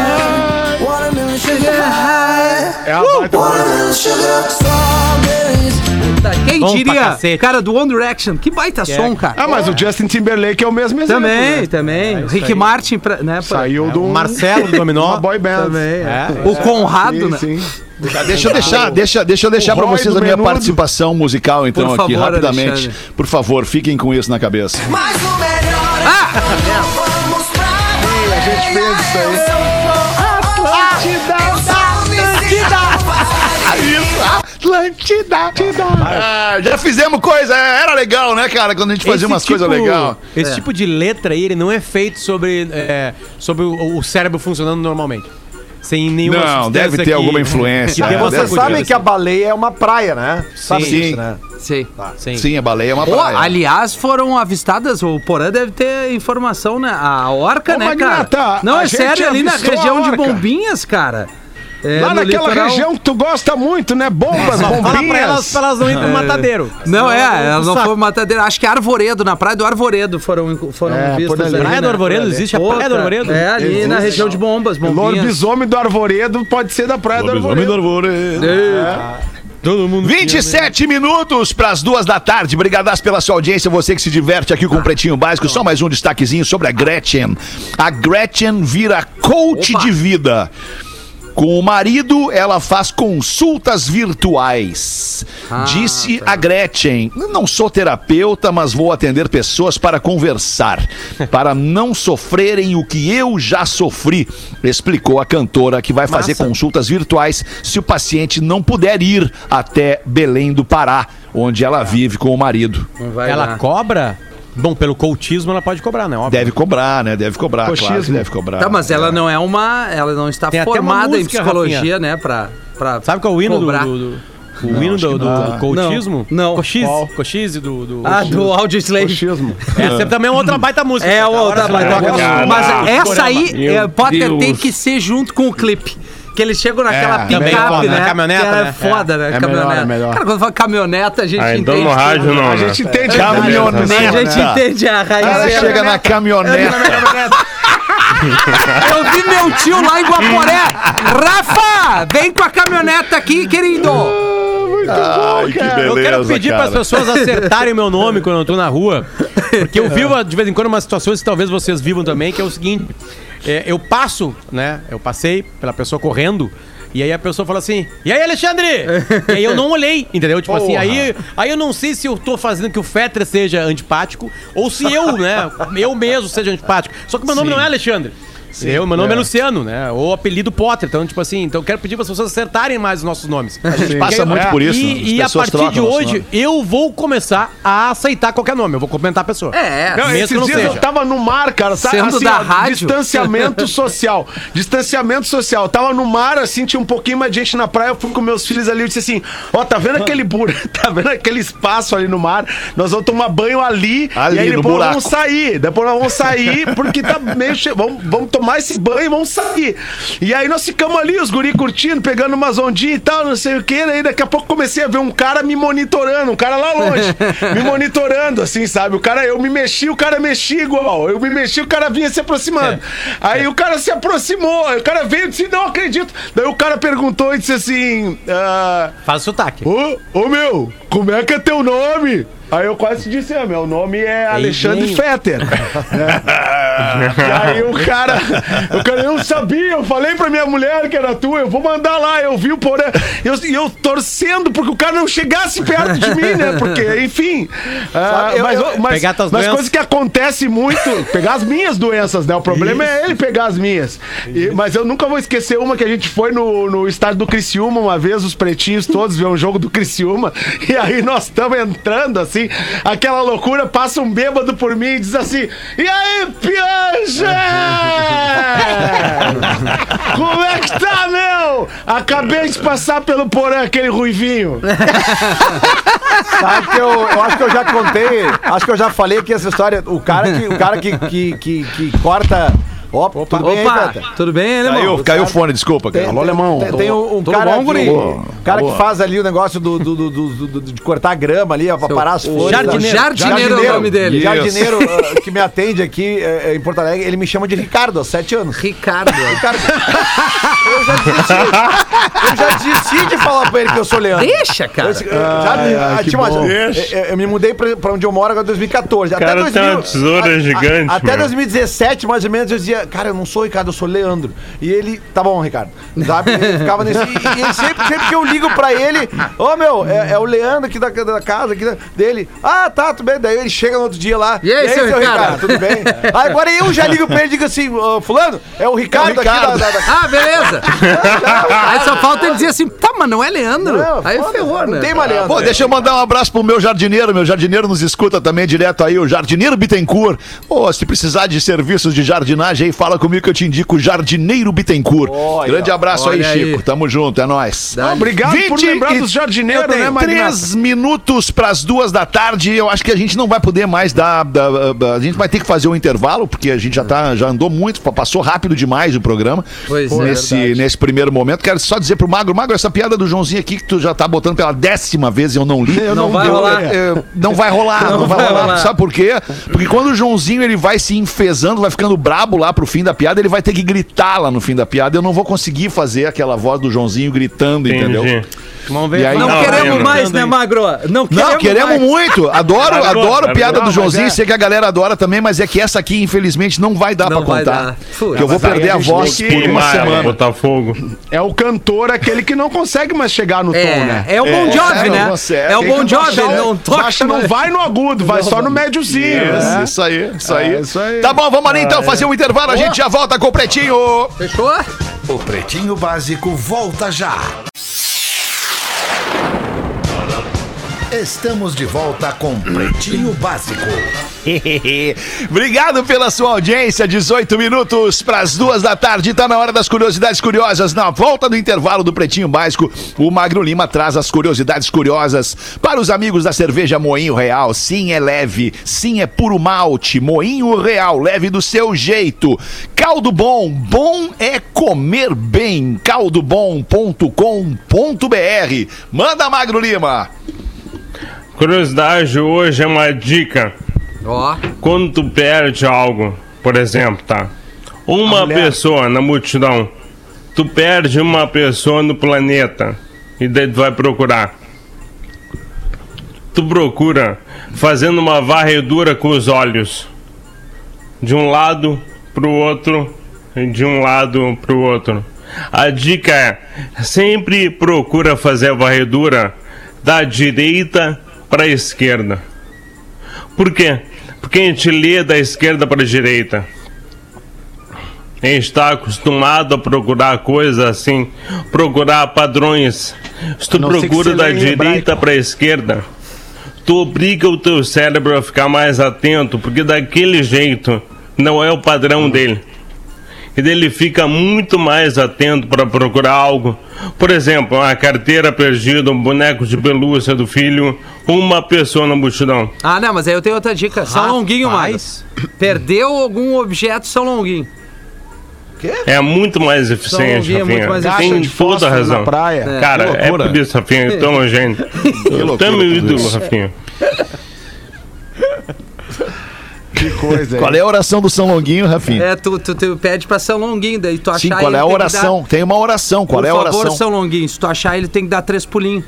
É a baita Tá, Quem Bom pra diria? cacete. Cara, do One Direction. Que baita som, cara. Ah, mas o Justin Timberlake é o mesmo exemplo. Também, né? também. Rick Martin, pra, né? pra- Saiu do Marcelo do uma Dominó. boy band. Também, é. É. O Conrado, né? Sim, sim. Deixa eu deixar, deixa, deixa eu deixar O pra Roy vocês do a minha Menudo. participação musical, então, Por aqui, favor, rapidamente. Alexandre. Por favor, fiquem com isso na cabeça. Ah! Ah! A gente fez isso aí. Ah! Ah, já fizemos coisa, era legal, né, cara? Quando a gente fazia umas coisas legais. Esse É. tipo de letra aí, ele não é feito sobre, é, sobre o, o cérebro funcionando normalmente. Sem nenhuma Não, substância deve ter que- alguma influência, que dê né? uma Deve Vocês ter. sacudida, sabem que a baleia é uma praia, né? Sabe Sim. disso, né? Sim. assim. Sim. Sim, a baleia é uma Pô, praia. aliás, foram avistadas, o Porã deve ter informação, né? A orca, Ô, né, Magnata, cara? Não, a é sério, gente ali na avistou a região de orca. Bombinhas, cara. É, Lá no naquela litoral. região que tu gosta muito, né? Bombas, Fala pra elas bombinhas. pra elas não irem pro matadeiro. Não, é, ela elas não foram matadeira. Acho que Arvoredo, na praia do Arvoredo foram, foram É, vistas. por ali. ali, Praia do né? Arvoredo? Existe a Pô, Praia do cara, Arvoredo? É, ali na Existe. região de Bombas, Bombinhas. Lobisomem do Arvoredo pode ser da Praia do Lobisomem do Arvoredo. arvoredo. Todo mundo 27 minutos para as duas da tarde. Brigadas pela sua audiência. Você que se diverte aqui com o Pretinho Básico. Só mais um destaquezinho sobre a Gretchen. A Gretchen vira coach de vida. Com o marido, ela faz consultas virtuais. Ah, Disse tá. a Gretchen: Não sou terapeuta, mas vou atender pessoas para conversar, para não sofrerem o que eu já sofri, explicou a cantora que vai fazer consultas virtuais se o paciente não puder ir até Belém do Pará, onde É. ela vive com o marido. Não vai Ela lá. cobra? Bom, pelo cultismo ela pode cobrar, né? Óbvio. Deve cobrar, né? Deve cobrar, claro, que Coxismo. deve cobrar. Tá, mas ela não é uma. Ela não está Tem até uma formada em música, psicologia, Rafinha. né? Pra, pra Sabe qual é o hino do, cobrar. do, do- O hino do, do, do cultismo? Não, não. Coxiz. Qual? Coxiz do... do Ah, do Audio Slave. Machismo. Essa também é outra baita música. É, cara. o Agora outra você toca no- Caraca. Mas Caraca. essa aí, Meu é, Potter, Deus. tem que ser junto com o clipe. Que eles chegam naquela É, picape, também é foda, né? né? Caminhoneta, que é né? foda, né? melhor, caminhoneta. é melhor. Cara, quando fala caminhoneta, a gente Ah, então entende. no rádio né? tudo. não, A né? gente entende. Caminhonete. É. A gente Tá. entende é. a raiz. Ela dela. né? chega na caminhoneta. Eu vi meu tio lá em Guaporé. Rafa, vem com a caminhoneta aqui, querido. Ai, que beleza, Eu quero pedir para cara. as pessoas acertarem o meu nome quando eu tô na rua. Porque É. eu vivo de vez em quando umas situações que talvez vocês vivam também, que é o seguinte. é, eu passo, né? Eu passei pela pessoa correndo. E aí a pessoa fala assim, e aí, Alexandre? e aí eu não olhei, entendeu? Tipo assim, aí, aí eu não sei se eu tô fazendo que o Fetter seja antipático ou se eu, né, eu mesmo seja antipático. Só que meu nome não é Alexandre. Eu, meu nome é. Luciano, né? Ou apelido Potter. Então, tipo assim, então eu quero pedir para as pessoas acertarem mais os nossos nomes. A gente passa Quero- muito por isso. as É, E, e a pessoas partir de trocam nosso hoje, nome. eu vou começar a aceitar qualquer nome. Eu vou comentar a pessoa. É, Não, Mesmo que esses não dias seja. eu tava no mar, cara. Tá, Sendo da ó, rádio? Distanciamento social. Distanciamento social. Eu tava no mar, assim, tinha um pouquinho mais de gente na praia. Eu fui com meus filhos ali e disse assim: Ó, tá vendo aquele buraco? Tá vendo aquele espaço ali no mar? Nós vamos tomar banho ali. Ali, e aí no depois nós buraco. vamos sair. Depois nós vamos sair, porque tá meio cheio. Vamos, vamos tomar esse banho e vamos sair. E aí nós ficamos ali, os guri curtindo, pegando umas ondinhas e tal, não sei o que. Aí daqui a pouco comecei a ver um cara me monitorando, um cara lá longe, me monitorando, assim, sabe? O cara, eu me mexi, o cara mexia igual. Eu me mexi, o cara vinha se aproximando. Aí o cara se aproximou, aí o cara veio e disse: Não acredito. Daí o cara perguntou e disse assim: ah, Faz o sotaque. Ô, ô meu, como é que é teu nome? Aí eu quase disse, ah, meu nome é Alexandre gente. Fetter. né? e aí o cara, o cara, eu sabia, eu falei pra minha mulher que era tua, eu vou mandar lá, eu vi o porém. E eu, e eu torcendo porque o cara não chegasse perto de mim, né? Porque, enfim. ah, Sabe, eu- mas eu- ô, mas, Pegar tuas mas doenças. coisa que acontece muito, pegar as minhas doenças, né? O problema é ele pegar as minhas. E- mas eu nunca vou esquecer uma que a gente foi no, no estádio do Criciúma uma vez, os pretinhos todos viram um jogo do Criciúma, e aí nós estamos entrando, assim, aquela loucura, passa um bêbado por mim e diz assim, e aí, Pianja? Como é que tá, meu? Acabei de passar pelo porão aquele ruivinho. Sabe que eu, eu acho que eu já contei, acho que eu já falei aqui essa história. O cara que, o cara que, que, que, que corta. Ó, tudo bem, aí, Opa, Feta? tudo bem, alemão? Caiu, caiu o fone, desculpa. cara. Tem, alemão. Tem, tem um, um Tudo cara, bom, que, guri? um cara que faz ali o negócio do, do- do- do- do- de cortar a grama ali, ó, pra parar as flores. jardineiro. Jardineiro é o nome dele. Isso. Jardineiro ah, que me atende aqui eh, eh, em Porto Alegre, ele me chama de Ricardo, há sete anos. Ricardo. Ricardo. Eu já desisti. Eu já desisti de falar pra ele que eu sou Leandro. Deixa, cara. Eu- já me- ah, tipo, eu, eu- eu me mudei pra, pra onde eu moro agora em 2014. cara tem uma tesoura é gigante, até meu. 2017, mais ou menos, eu dizia, cara, eu não sou o Ricardo, eu sou o Leandro. E ele, tá bom, Ricardo. Sabe? Ele ficava nesse. E ele sempre, sempre que eu ligo pra ele, ô meu, é, é o Leandro aqui da, da casa, aqui da- dele. Ah, tá, tudo bem. Daí ele chega no outro dia lá. E aí, seu Ricardo? Tudo bem? Aí agora eu já ligo pra ele e digo assim, "Ô, Fulano, é o Ricardo, aqui da- da- da Ah, beleza. Aí só falta ele dizer assim, tá, mas não é Leandro. Não, Aí foda, ferrou, né? Não tem mais Leandro. Pô, deixa eu mandar um abraço pro meu jardineiro. Meu jardineiro nos escuta também direto aí, o jardineiro Bittencourt. Pô, se precisar de serviços de jardinagem aí, fala comigo que eu te indico o jardineiro Bittencourt. Grande abraço aí, olha aí. Chico. Tamo junto, é nóis. Obrigado por 20 lembrar e- dos jardineiros, Eu tenho né, Magnata? Três minutos pras duas da tarde. Eu acho que a gente não vai poder mais dar. dar- dar- a gente vai ter que fazer um intervalo, porque a gente já, tá, já andou muito, passou rápido demais o programa. Pois é, nesse, nesse primeiro momento. Quero só dizer pro Magro, Magro, essa piada do Joãozinho aqui que tu já tá botando pela décima vez e eu não li. Eu Não vai eu- rolar. eu- não vai rolar, não, vai, rolar. Sabe por quê? Porque quando o Joãozinho ele vai se enfesando, vai ficando brabo lá pro fim da piada, ele vai ter que gritar lá no fim da piada. Eu não vou conseguir fazer aquela voz do Joãozinho gritando, entendeu? Entendi. Vamos ver. E aí- Não, Não, queremos lembro. mais, né, Magro? Não queremos, Não, queremos mais. muito. Adoro, Tá bom, adoro tá a piada bom, do mas Joãozinho. é. Sei que a galera adora também, mas é que essa aqui, infelizmente, não vai dar Não pra vai contar. dar. Fui. Que eu vou Mas aí perder a a gente voz tem É Que que por uma queimar ela, semana. Botafogo. É o cantor aquele que não consegue mais chegar no tom, né? É, é o Bon Jovi, consegue, né? consegue. É o Tem Bon que Jovi, baixar o- não toca. Baixa não vai no agudo, vai só no médiozinho. Isso, né? isso aí, isso aí. É, isso aí. Ah, é. Tá bom, vamos ali então fazer um intervalo, a gente já volta com o Pretinho. Fechou? O Pretinho Básico volta já. Estamos de volta com Pretinho Básico. Obrigado pela sua audiência. 18 minutos para as duas da tarde. Tá na hora das curiosidades curiosas. Na volta do intervalo do Pretinho Básico, o Magro Lima traz as curiosidades curiosas para os amigos da cerveja Moinho Real. Sim, é leve. Sim, é puro malte. Moinho Real, leve do seu jeito. Caldo bom. Bom é comer bem. Caldobom.com.br. Manda, Magro Lima. Curiosidade hoje é uma dica. Ó, Quando tu perde algo, por exemplo, tá? Uma pessoa na multidão. Tu perde uma pessoa no planeta. E daí tu vai procurar. Tu procura fazendo uma varredura com os olhos. De um lado pro outro. E de um lado pro outro. A dica é: sempre procura fazer a varredura da direita para a esquerda. Por quê? Porque a gente lê da esquerda para a direita. A gente está acostumado a procurar coisas assim, procurar padrões. Se tu procura da direita para a esquerda, tu obriga o teu cérebro a ficar mais atento, porque daquele jeito não é o padrão dele. E daí ele fica muito mais atento para procurar algo. Por exemplo, uma carteira perdida, um boneco de pelúcia do filho, uma pessoa na multidão. Ah, não, mas aí eu tenho outra dica. São Longuinho mais. Perdeu algum objeto, São Longuinho. É muito mais eficiente, Longuinho é muito Rafinha. mais Tem eficiente. toda a razão. praia. Cara, Que é loucura. por isso, Rafinha, eu tô nojento. Eu tô meu ídolo, Rafinha. Coisa Qual é a oração do São Longuinho, Rafinha? É, tu, tu, tu pede pra São Longuinho, daí tu achar Sim, qual ele, é a tem que dar- oração? Tem uma oração. Qual por é a favor, oração? São Longuinho, se tu achar ele, tem que dar três pulinhos.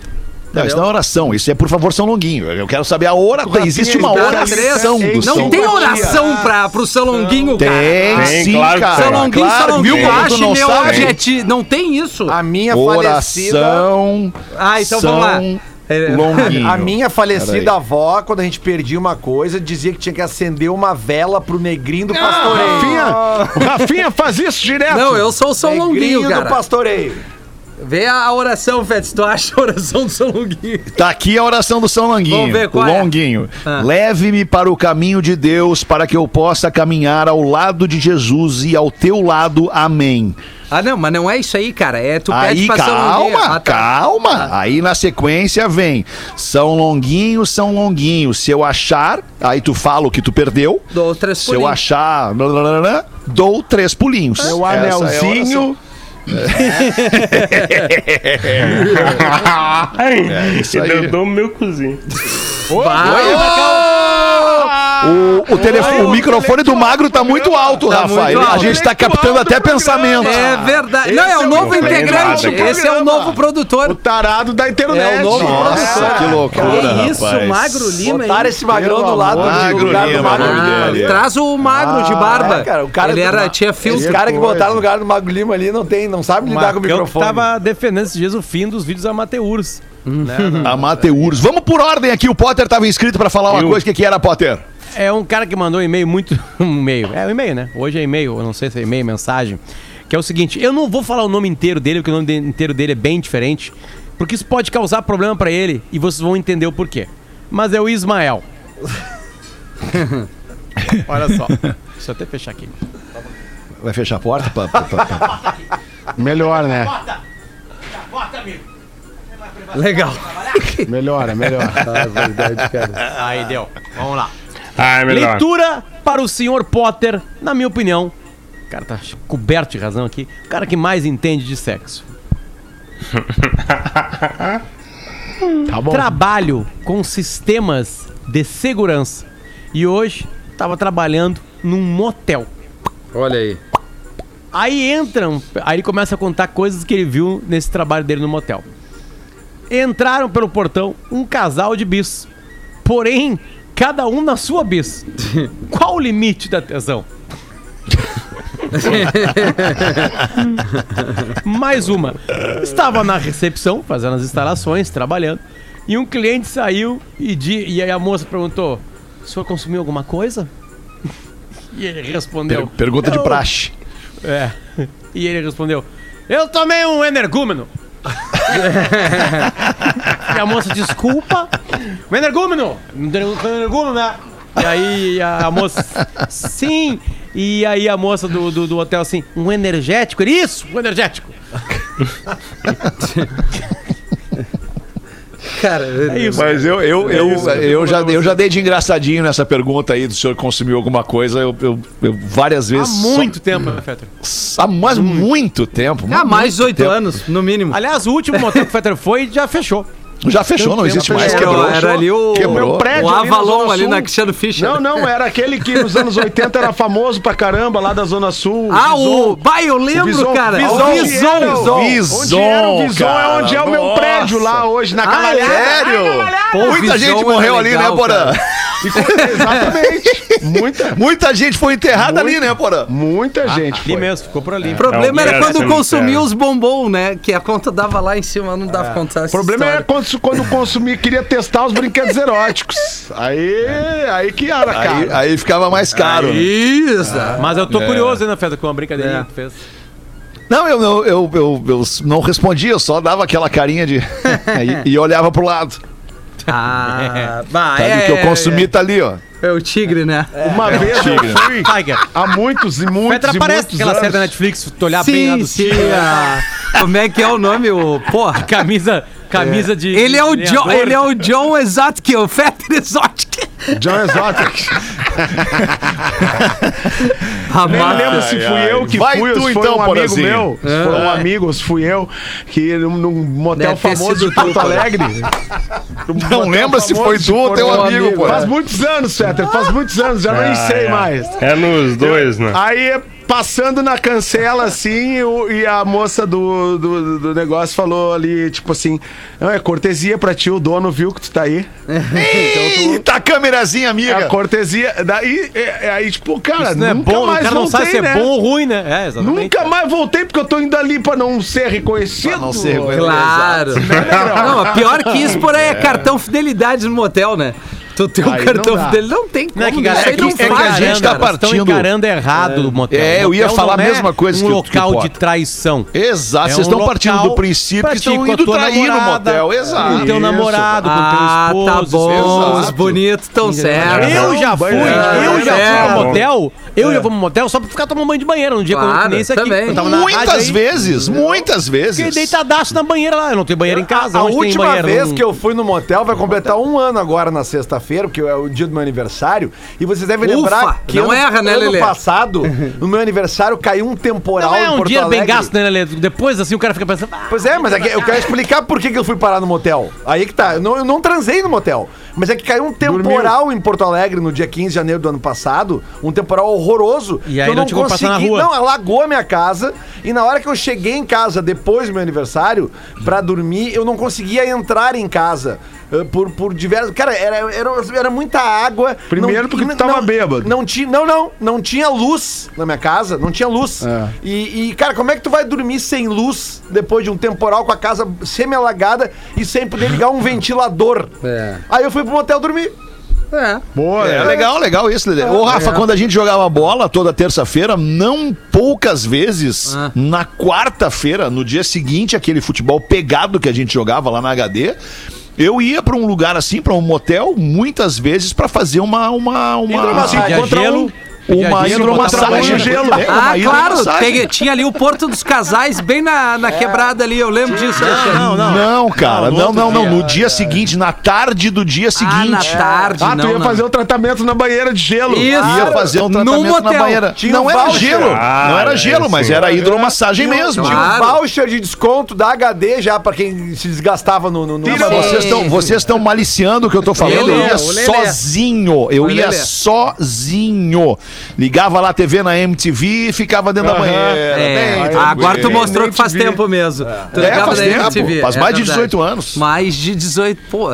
Não, isso não é oração. Isso é, por favor, São Longuinho. Eu quero saber a oração. Existe uma Dá oração do três. Não São tem oração pra, pro São Longuinho, cara. Tem, Tem, sim, claro que cara. tem. São Longuinho, claro, São viu Longuinho, como tu ache não meu sabe? objetivo. Não tem isso? A minha falecida. Oração. Ah, então São vamos lá. É, Longuinho. A minha Peraí. falecida avó, quando a gente perdia uma coisa, dizia que tinha que acender uma vela pro negrinho do pastoreio. Ah, Rafinha, um Rafinha faz isso direto. Não, eu sou o São negrinho Longuinho, do cara. pastoreio. Vê a oração, Fed, se tu acha a oração do São Longuinho. Tá aqui a oração do São Longuinho. Vamos ver qual é. Longuinho. Ah. Leve-me para o caminho de Deus, para que eu possa caminhar ao lado de Jesus e ao teu lado. Amém. Ah, não, mas não é isso aí, cara. É tu Aí, pede pra São Longuinho. calma, Ah, tá. calma. Aí na sequência vem São Longuinho, São Longuinho. Se eu achar, aí tu fala o que tu perdeu. Dou três Se eu pulinhos. achar, blá, blá, blá, blá, dou três pulinhos. O Essa é a oração. anelzinho. Ai, isso aí. eu dou meu cozinho. Ah, tá O, o, telefone, o microfone do magro tá muito alto, Tá Rafa. muito Ele- A alto. gente tá captando até pensamento. É verdade. não, é o novo problema integrante. do Esse é o novo produtor. Tarado da internet. É o novo Nossa, que loucura, que isso, rapaz. Magro Lima, Botaram hein? esse magrão do lado Magro do lugar Lima, do magro. nome Ah, dele. traz o magro de barba. É, cara, o cara Ah, Ele do- era, tinha filtro. Os caras que botaram no lugar do Mago Lima ali não tem, não sabe lidar com o Eu microfone. tava defendendo esses dias o fim dos vídeos amateurs. Amateurs. Vamos por ordem aqui. O Potter tava inscrito pra falar uma Eu. coisa. O que, que era, Potter? É um cara que mandou um e-mail muito. Um e-mail. É um e-mail, né? Hoje é e-mail, eu não sei se é e-mail, mensagem. Que é o seguinte: eu não vou falar o nome inteiro dele, porque o nome de- inteiro dele é bem diferente. Porque isso pode causar problema pra ele e vocês vão entender o porquê. Mas é o Ismael. Olha só. Deixa eu até fechar aqui. Vai fechar a porta? Pa- pa- pa- pa- Melhor, né? Legal. Melhora, melhor. Aí deu. Vamos lá. Ah, é melhor. Leitura para o senhor Potter, na minha opinião. O cara tá coberto de razão aqui. O cara que mais entende de sexo. Tá bom. Trabalho com sistemas de segurança. E hoje tava trabalhando num motel. Olha aí. Aí entram, aí ele começa a contar coisas que ele viu nesse trabalho dele no motel. Entraram pelo portão um casal de bis. Porém, cada um na sua bis. Qual o limite da tesão? Mais uma. Estava na recepção, fazendo as instalações, trabalhando. E um cliente saiu e, di- e aí a moça perguntou: O senhor consumiu alguma coisa? E ele respondeu: Per- pergunta de "Eu- praxe. é. E ele respondeu: Eu tomei um energúmeno. e a moça, desculpa. O energúmeno! "Um Não tem energúmeno, né? E aí a, a moça, sim. E aí a moça do, do, do hotel assim, um energético? Ele, Isso, um energético. Cara, É isso. Mas eu, eu, eu, eu, já, eu já dei de engraçadinho nessa pergunta aí do senhor consumiu alguma coisa. Eu, eu- eu várias Há vezes. muito tempo, né, Fetter. só- Há mais muito tempo. há mais de muito oito tempo. anos, no mínimo. Aliás, o último motel que o Fetter foi já fechou. Já fechou, não existe mais. Era- Quebrou. É, era ali o, Quebrou. o É Prédio ali na Avalon Zona ali Sul. na Cristiano Fischer. Não, não, era aquele que nos anos 80 era famoso pra caramba, lá da Zona Sul. Ah, Bison. o. Bah, eu lembro, Bison, cara. Bison. O Onde era Bison. o- Onde era o Bison cara, é onde é o meu nossa. prédio lá hoje, na Ah, Cavalhada. é? Sério? Pô, o Muita Bison gente era morreu ali, legal, né, Porã? cara. E com- Exatamente. Muita, Muita gente foi enterrada ali, né, Porã? muita gente. Ali foi. mesmo, ficou por ali. O problema É um era quando cemitério. consumiu os bombom, né? Que a conta dava lá em cima, não dava conta. O problema é é quando, quando consumir, queria testar os brinquedos eróticos. Aí, aí que era, cara. Aí, aí ficava mais caro. é- né? Isso! Mas eu tô É. curioso ainda, Feta, com uma brincadeirinha que tu fez. Não, eu, não- eu, eu, eu não respondia, eu só dava aquela carinha de. e, e olhava pro lado. É. Ah, bah, Sabe? o que eu consumi tá ali, ó. É um É, o tigre, né? Uma vez eu fui, Tiger. há muitos e Petra muitos e aparece muitos aquela série da anos. Netflix, se tu olhar bem lá sim, é do sim. ah, Como é que é o nome? O... Porra. Camisa, camisa de. Ele é o de John, lenhador. ele é o John Exotic, o Fetter Exotic. John Exotic. Nem Amado. lembro Ah, se fui eu que Vai fui, tu ou se foi então, um amigo Porazinho. meu. Se foi um amigo, ou se fui eu, que num, num motel Deve ter famoso sido de Porto tu, Alegre. Não lembra se foi tu ou teu amigo, pô. Ah, Faz muitos anos, Fetter, faz muitos anos, já nem sei é. mais. É nos dois, Ah, né? Aí, passando na cancela, assim, o- e a moça do, do, do negócio falou ali, tipo assim, não, é cortesia pra ti, o dono viu que tu tá aí. Eita, câmerazinha, É a amiga. cortesia. Daí, é- é aí, tipo, cara, Isso não nunca é bom, o mais cara não voltei, sabe se é né? bom ou ruim, né? É, exatamente. Nunca mais voltei, porque eu tô indo ali pra não ser reconhecido. Pra não ser reconhecido. Claro. Não, a pior que isso por aí é cartão fidelidade no motel, né? Tu tem um Aí não cartão dá. fidelidade. Não tem como. Não é que, isso galera, aí é que, não é que a faz, gente né, tá cara? partindo. Estão encarando errado do motel. É, eu ia Motel falar a não é mesma coisa um que o- que o local de Potter. traição. É um Exato, é um vocês estão partindo do princípio que estão indo trair no motel. Exato. Com teu Isso, namorado, com Ah, teu tá esposo. bom. Os exato. bonitos tão certos. Eu já fui, eu já fui É. pro motel, eu já fui pro motel só pra ficar tomando banho de banheiro um dia Claro, que nem esse aqui. também. Eu tava na rádio Muitas aí, vezes, muitas Fiquei vezes. deitadaço na banheira lá, eu não tenho banheiro em casa, a onde tem última banheiro? vez Não- que eu fui no motel vai completar um ano agora na sexta-feira, porque é o dia do meu aniversário. E vocês devem Ufa, lembrar que não ano, erra, né, ano Lelê? passado, no meu aniversário, caiu um temporal Não é em um Porto dinheiro bem Alegre. gasto, né, Lelê? Depois, assim, o cara fica pensando... "Ah, Pois é, mas é que eu quero explicar por que, que eu fui parar no motel. Aí que tá. Eu não, eu não transei no motel. Mas é que caiu um temporal em Porto Alegre no dia 15 de janeiro do ano passado. Um temporal horroroso. E que aí eu não tinha como passar na rua. Não, alagou a minha casa. E na hora que eu cheguei em casa, depois do meu aniversário, pra dormir, eu não conseguia entrar em casa. eh, Por, por diversos. Cara, era, era, era muita água. Primeiro não- porque não- tu tava não- bêbado. não tinha, não, não, não tinha luz na minha casa, não tinha luz. É. E, e, cara, como é que tu vai dormir sem luz depois de um temporal com a casa semi-alagada e sem poder ligar um ventilador? É. Aí eu fui pro motel dormir. É. Boa, É né? legal, legal isso, Lelê. Ô, Rafa, quando a gente jogava bola toda terça-feira, não poucas vezes, Ah. na quarta-feira, no dia seguinte, aquele futebol pegado que a gente jogava lá na HD, eu ia pra um lugar assim, pra um motel, muitas vezes pra fazer uma uma uma Hidromassagem. Pedia Contra gelo, um- pedia uma gelo, botava hidromassagem. banho. gelo. É, uma Ah, claro, hidromassagem. peguei- tinha ali o Porto dos Casais bem na, na quebrada ali, eu lembro disso. Alexandre. É. Não, cara, não, não, não. No dia seguinte, na tarde do dia Ah, na seguinte. É. tarde, Ah, tu não, ia não. fazer o tratamento na banheira de gelo. Isso. Ia fazer um tratamento Num na motel. banheira. Tinha não um era voucher. gelo, não Ah, era é, gelo, mas sim. era hidromassagem mesmo. Tinha um Claro. voucher de desconto da HD já pra quem se desgastava no. no, no Mas vocês estão vocês estão maliciando o que eu tô falando. eu Lelê, ia o Lelê. sozinho. Eu O ia Lelê. sozinho. Ligava lá a TV na MTV e ficava dentro da Aham. banheira. É, bem agora tu tranquilo. mostrou que faz tempo mesmo. Tu É, ligava faz na tempo, MTV, faz é mais de verdade. 18 anos. Mais de 18, pô.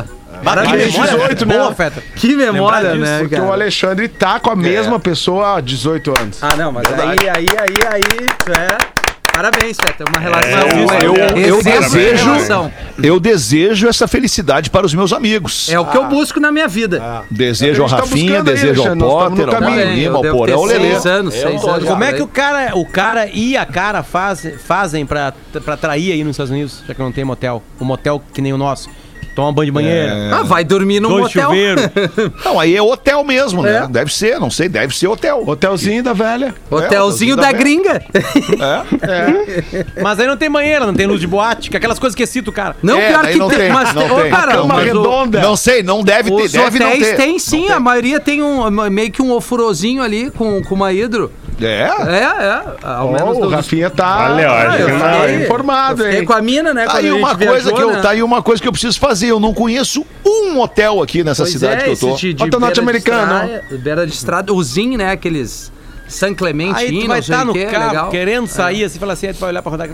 Olha, Aquele 18 né? boa, mesmo. Feta. Que memória, disso, né, Porque o cara? Alexandre tá É. com a mesma pessoa há 18 anos. Ah, não, mas aí, aí, aí, aí, tu é... Parabéns, Feta, uma relação... eu- É, eu Exemplo de desejo- relação. Eu desejo essa felicidade para os meus amigos. É o que eu busco na minha vida. Desejo A ao gente tá Rafinha, buscando aí, desejo ao Alexandre, nós estamos Potter, no ao caminho. Mário Também, Lima, eu ao devo Porão, ao ter Lelê. seis anos, seis anos. Como é por que o aí. cara, o cara e a cara faz, fazem pra, pra trair aí nos Estados Unidos, já que não tem motel? Um motel que nem o nosso. Toma banho de banheira. Ah, vai dormir num Dois motel. chuveiros. Não, aí é hotel mesmo, né? É. Deve ser, não sei, deve ser hotel. Hotelzinho da velha. Hotelzinho É, da hotelzinho da gringa. É. Mas aí não tem banheira, não tem luz de boate, que é aquelas coisas que excita o cara. Não, É, pior daí que não tem, tem, mas não ô, tem. cara, Cama mas o- redonda. Não sei, não deve ter, Os deve não ter. hotéis tem sim, a maioria tem um meio que um ofurozinho ali com, com uma hidro. É? É, é. Ao Ó, menos o dos- Rafinha tá Olha, ó, Ah, acho eu que não, fiquei- hein? informado, eu fiquei hein? com a mina, né? Tá quando aí a gente uma coisa viajou, que eu, né? tá aí uma coisa que eu preciso fazer. Eu não conheço um hotel aqui nessa Pois cidade é, que eu esse tô. De, de Hotel beira norte-americano, de estrada- é- Beira de estrada, o Zin, né? Aqueles San Clemente, Aí tu Inn, vai não sei estar o no quê, carro legal. querendo sair assim, fala assim, aí tu vai olhar pra rodar.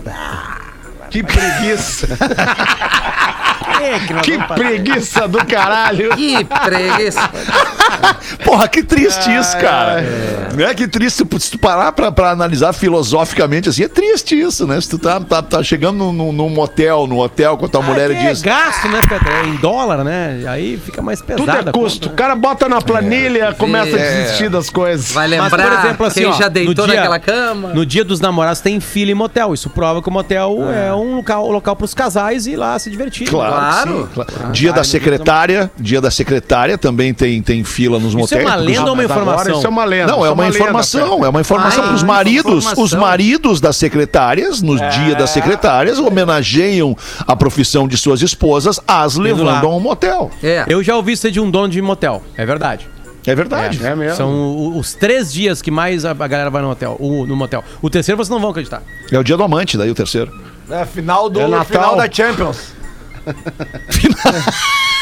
Que preguiça. É que preguiça do caralho. Que preguiça. Porra, que triste isso, cara. Né? Que triste, se tu parar pra, pra analisar filosoficamente assim, é triste isso, né? Se tu tá, tá, tá chegando num- num, num motel, no hotel com a tua mulher e é diz. gasto, né, Petra? É em dólar, né? Aí fica mais Tudo pesado. né? é custo. O cara bota na planilha, É. começa a desistir das coisas. Vai Mas, lembrar por exemplo, assim, quem ó, já deitou no dia- naquela cama. Ah. No dia dos namorados tem fila em motel. Isso prova que o motel é um local, local pros casais ir lá se divertir. Claro. Claro. que sim, claro. Dia da secretária, dia da secretária também tem, tem fila nos Isso é motéis. uma inclusive. lenda ou uma Mas agora informação? Isso é uma lenda. Não, isso é uma, lenda, informação, Pedro. é uma informação Ah, para os é uma maridos. Os informação. maridos das secretárias, nos É. dia das secretárias, homenageiam a profissão de suas esposas, as lá. levando a um motel. É. Eu já ouvi ser de um dono de motel. É verdade. É verdade. É mesmo. São o- os três dias que mais a a galera vai no hotel. o- no motel. O terceiro vocês não vão acreditar. É, o dia do amante, daí o terceiro. É final do É Natal. final da Champions.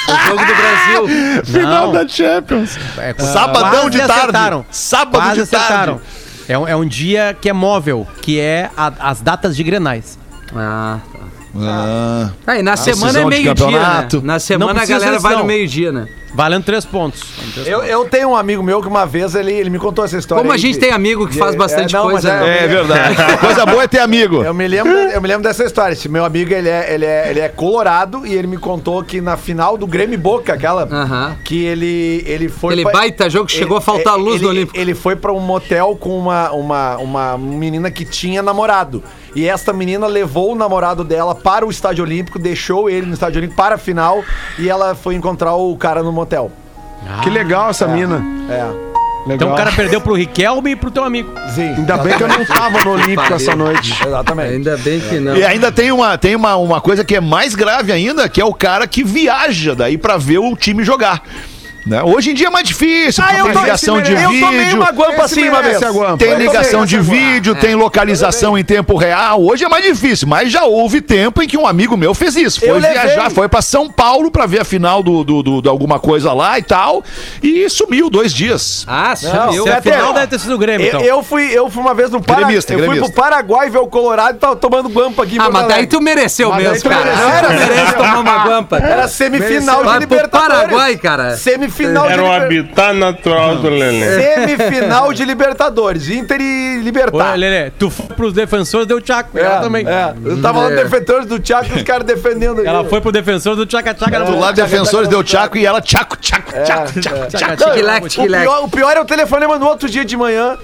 O jogo do Brasil. Final da Champions. É, Sabadão quase de tarde. acertaram. Sábado Quase de tarde. acertaram. É um, é um dia que é móvel, que é a- as datas de grenais. Ah, Ah, Aí, na semana é precisão de meio-dia, né? campeonato. Na semana a precisa galera vai não. no meio-dia, né? Valendo três pontos. Eu, eu tenho um amigo meu que uma vez ele, ele me contou essa história. Como a aí gente de- tem amigo que de- faz é, bastante não, mas coisa. né? é verdade. Coisa boa é ter amigo. Eu me, lembro, eu me lembro dessa história. Esse meu amigo, ele é, ele, é, ele é colorado e ele me contou que na final do Grêmio e Boca, aquela, Aham. que ele, ele foi... Aquele pra- baita jogo que chegou a faltar ele- luz ele, no Olímpico. Ele foi pra um motel com uma, uma, uma menina que tinha namorado. E esta menina levou o namorado dela para o Estádio Olímpico, deixou ele no Estádio Olímpico para a final e ela foi encontrar o cara no motel. Ah, Que legal essa mina. É. Então Legal. o cara perdeu pro Riquelme e pro teu amigo. Sim. Ainda bem que eu não tava no Olímpico essa noite. Exatamente. Ainda bem que não. E É. ainda tem, uma, tem uma, uma coisa que é mais grave ainda, que é o cara que viaja daí pra ver o time jogar. né? Hoje em dia é mais difícil, porque tem ligação de Ah, eu tomei vídeo. uma guampa assim uma vez. Tem ligação de vídeo, tem É. localização em tempo real. Hoje é mais difícil, mas já houve tempo em que um amigo meu fez isso. Foi Eu levei. viajar, foi pra São Paulo pra ver a final do, do, do- de alguma coisa lá e tal. E sumiu dois dias. Ah, sumiu. Se é a Peter, final deve ter sido o Grêmio, Eu, então. eu fui, eu fui uma vez no Paraguai. Eu Gremista, fui gremista. pro Paraguai ver o Colorado e tava tomando guampa aqui. em Ah, Porto mas daí Alegre. tu mereceu Mas daí mesmo, tu cara. mereceu. Tu merece tomar uma guampa. Era semifinal de Vai pro Libertadores. Paraguai, cara. um Semifinal de Era o Libertadores. habitat natural do Lelê. Semifinal de Libertadores. Inter e Olha, é Libertar. Lelê, tu foi pros defensores, deu tchaco. Tá. É, ela também. é. Eu tava lá no É. defensores do Thiago e os caras defendendo Ela foi pro defensor do tchaca-tchaca. Do lado tá defensores deu tchaco e ela tchaco, tchaco, É. tchaco, tchaco, tchaco. Tic-lac, O tic-lac. pior, o pior é o telefonema no outro dia de manhã.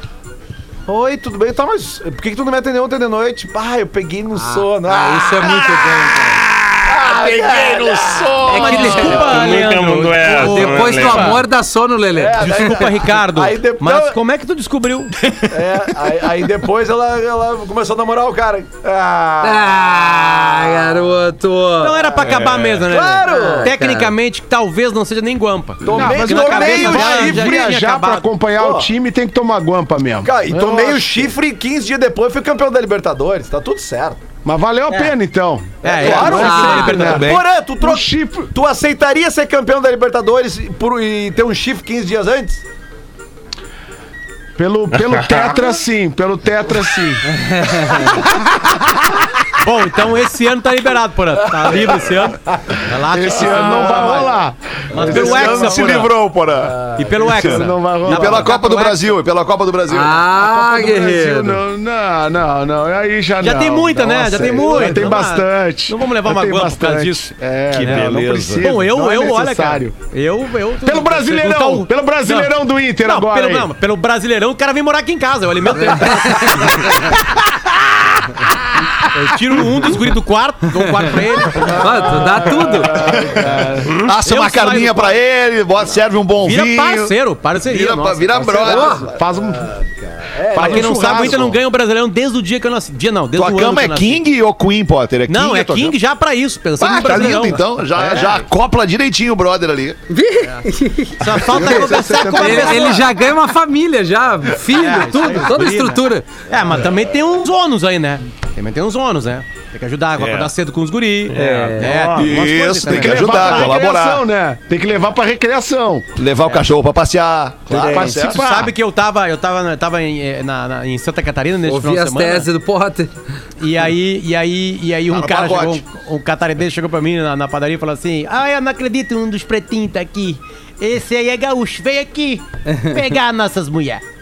Oi, tudo bem? Tá, mas por que, que tu não me atendeu ontem de noite? Ah, eu peguei no sono. Ah, isso é muito bom, Peguei no sono. cara. É que desculpa. Desculpa, Tu nunca Leandro. mandou essa, né, Depois do Lelê? amor dá sono, Lelê. Desculpa, Ricardo. é, Aí depois- Mas como é que tu descobriu? É, aí, aí depois ela, ela começou a namorar o cara. Ah, Ah, garoto. Não era pra acabar mesmo, né? Ah, Claro! Tecnicamente, talvez não seja nem guampa. tomei, Mas na no cabeça meio dela de já tinha viajar pra acabado. acompanhar Pô. o time tem que tomar guampa mesmo. Cara, e tomei Eu o chifre e 15 dias depois fui campeão da Libertadores. Tá tudo certo. Mas valeu a pena, então. É, claro, é, ah, sempre, né? também. Porã, tu, tro... O chifre. tu aceitaria ser campeão da Libertadores e por... e ter um chifre 15 dias antes? Pelo, pelo Tetra, sim. Pelo Tetra, sim. Bom, então esse ano tá liberado, Porã. Tá livre esse ano. Relaxa. Esse ano não vai rolar. Mas pelo Hexa, se Porã. livrou, porra. E pelo Hexa. Não vai rolar. E pela Copa do Brasil, e pela Copa do Brasil. Ah, guerreiro. né? Não, não, não, não. Aí já, Já não. tem muita, né? Já tem muita. Já tem Não, bastante. não vamos levar Já uma tem guampa por causa bastante. disso. É, Que né? Não beleza. precisa, Bom, eu, não é eu, olha, cara. necessário. um- Eu, eu. Pelo Brasileirão, pergunta o- pelo Brasileirão do Inter não, agora Pelo, aí. não, pelo Brasileirão, o cara vem morar aqui em casa, eu alimento ele. Eu tiro um dos guris do quarto, dou um quarto pra ele. Ah, tu dá tudo. Assa Eu uma saio carninha do pra ele, bota- serve um bom Vira vinho. parceiro, parceria. Vira, nossa. vira brother. Ah, Faz um. Pra quem não sabe, o Inter não um churrasco. ganha o Brasileirão desde o dia que eu nasci. Dia não, desde Tua o ano cama que eu é nasci. King ou Queen, Potter? É King né? Não, é a tua King já pra isso, pensando cama? no Ah, tá Brasileirão. lindo então. Já, já acopla direitinho o brother ali. Só falta conversar com a Ele, pessoa. ele já ganha uma família, já. Filho, tudo, toda a estrutura. É, mas também tem uns ônus aí, né? Também tem uns ônus, né? Tem que ajudar, vai É. acordar cedo com os guri. né? É. Tem algumas coisas, Isso, tem que né? ajudar, pra colaborar. recreação, né? Tem que levar pra recreação. Levar o cachorro pra passear. Claro, Mas parceiro. tu sabe que eu tava, eu tava, eu tava em, eh, na- na- em Santa Catarina nesse Ouvi final de as semana. né? teses do Potter. E aí, e aí, e aí um Tá no cara pagode. chegou, um, um catarinense chegou pra mim na, na padaria e falou assim: Ah, eu não acredito, um dos pretinhos tá aqui. Esse aí é gaúcho, vem aqui pegar nossas mulheres.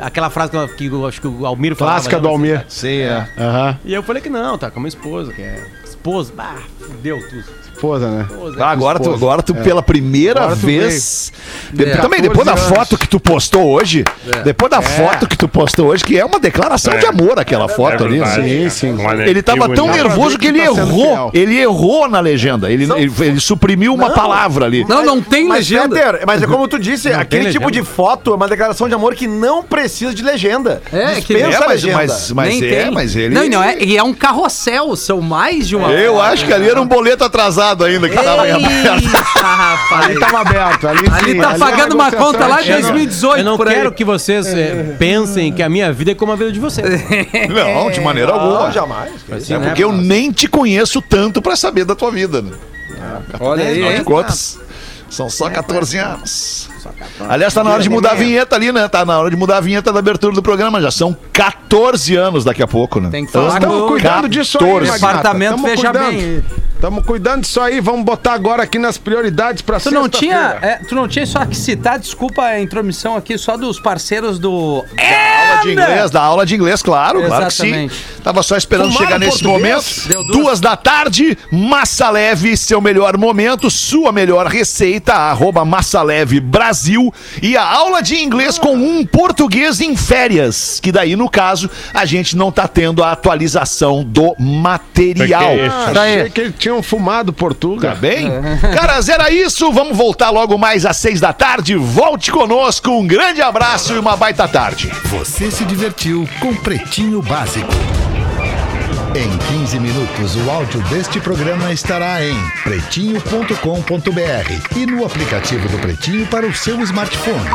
Aquela frase que, eu- que eu acho que o Almiro falava. Clássica do né? Almir. Sim, é. Aham. E eu falei que não, tá com uma esposa, que é. Esposa, bah, fudeu tudo. Esposa, né? Ah, agora tu, agora tu pela primeira Agora tu vez. De- É. Também depois da 14 foto que tu postou hoje. Depois da foto que tu postou hoje, que é uma declaração É. de amor aquela foto ali. verdade. né? Sim, sim. Olha, Ele tava que tão bonito. nervoso que ele Tá sendo errou. fiel. Ele errou na legenda. Ele, ele, ele suprimiu uma palavra ali. Não, não tem Mas, legenda. Peter, mas é como tu disse, aquele tem tipo de legenda. foto é uma declaração de amor que não precisa de legenda. É, que- Dispensa É, mas, legenda. mas, mas Nem é, tem. mas ele. Não, e não, é, e é um carrossel, são mais de uma. Eu acho que ali era um boleto atrasado ainda que tava em aberto. Eita, rapaz. Ali tava aberto. Ali, Ali sim, tá ali pagando era uma negociação. é conta lá de Eu não- 2018 Eu não por aí. quero que vocês É. eh, pensem que a minha vida é como a vida de vocês. Não, de maneira alguma. Não, jamais. que isso. É né, porque eu nem te conheço tanto pra saber da tua vida, né? Ah, Olha aí, Afinal de hein? É, contas, são só 14 anos. Aliás, tá na hora de mudar a vinheta ali, né? Tá na hora de mudar a vinheta da abertura do programa. Já são 14 anos daqui a pouco, né? Tem que falar Então, com- Tamo cuidando disso aí, 14. né, Magnata? Departamento Tamo Veja cuidando. Bem. Tamo cuidando disso aí, vamos botar agora aqui nas prioridades pra Tu não tinha, sexta-feira. é, tu não tinha só que citar, desculpa a intromissão aqui, só dos parceiros do Da aula de inglês, da aula de inglês, claro, claro que Exatamente. sim. Tava só esperando Fumaram chegar nesse português? momento. Duas da tarde, Massa Leve, seu melhor momento, sua melhor receita, arroba Massa Leve Brasil. E a aula de inglês com um português em férias, que daí, no caso, a gente não tá tendo a atualização do material. É que é isso. Tá aí. Achei que eles tinham fumado Portuga. Tá bem? Caras, era isso. Vamos voltar logo mais às seis da tarde. Volte conosco. Um grande abraço e uma baita tarde. Você se divertiu com Pretinho Básico. Em 15 minutos, o áudio deste programa estará em pretinho.com.br e no aplicativo do Pretinho para o seu smartphone.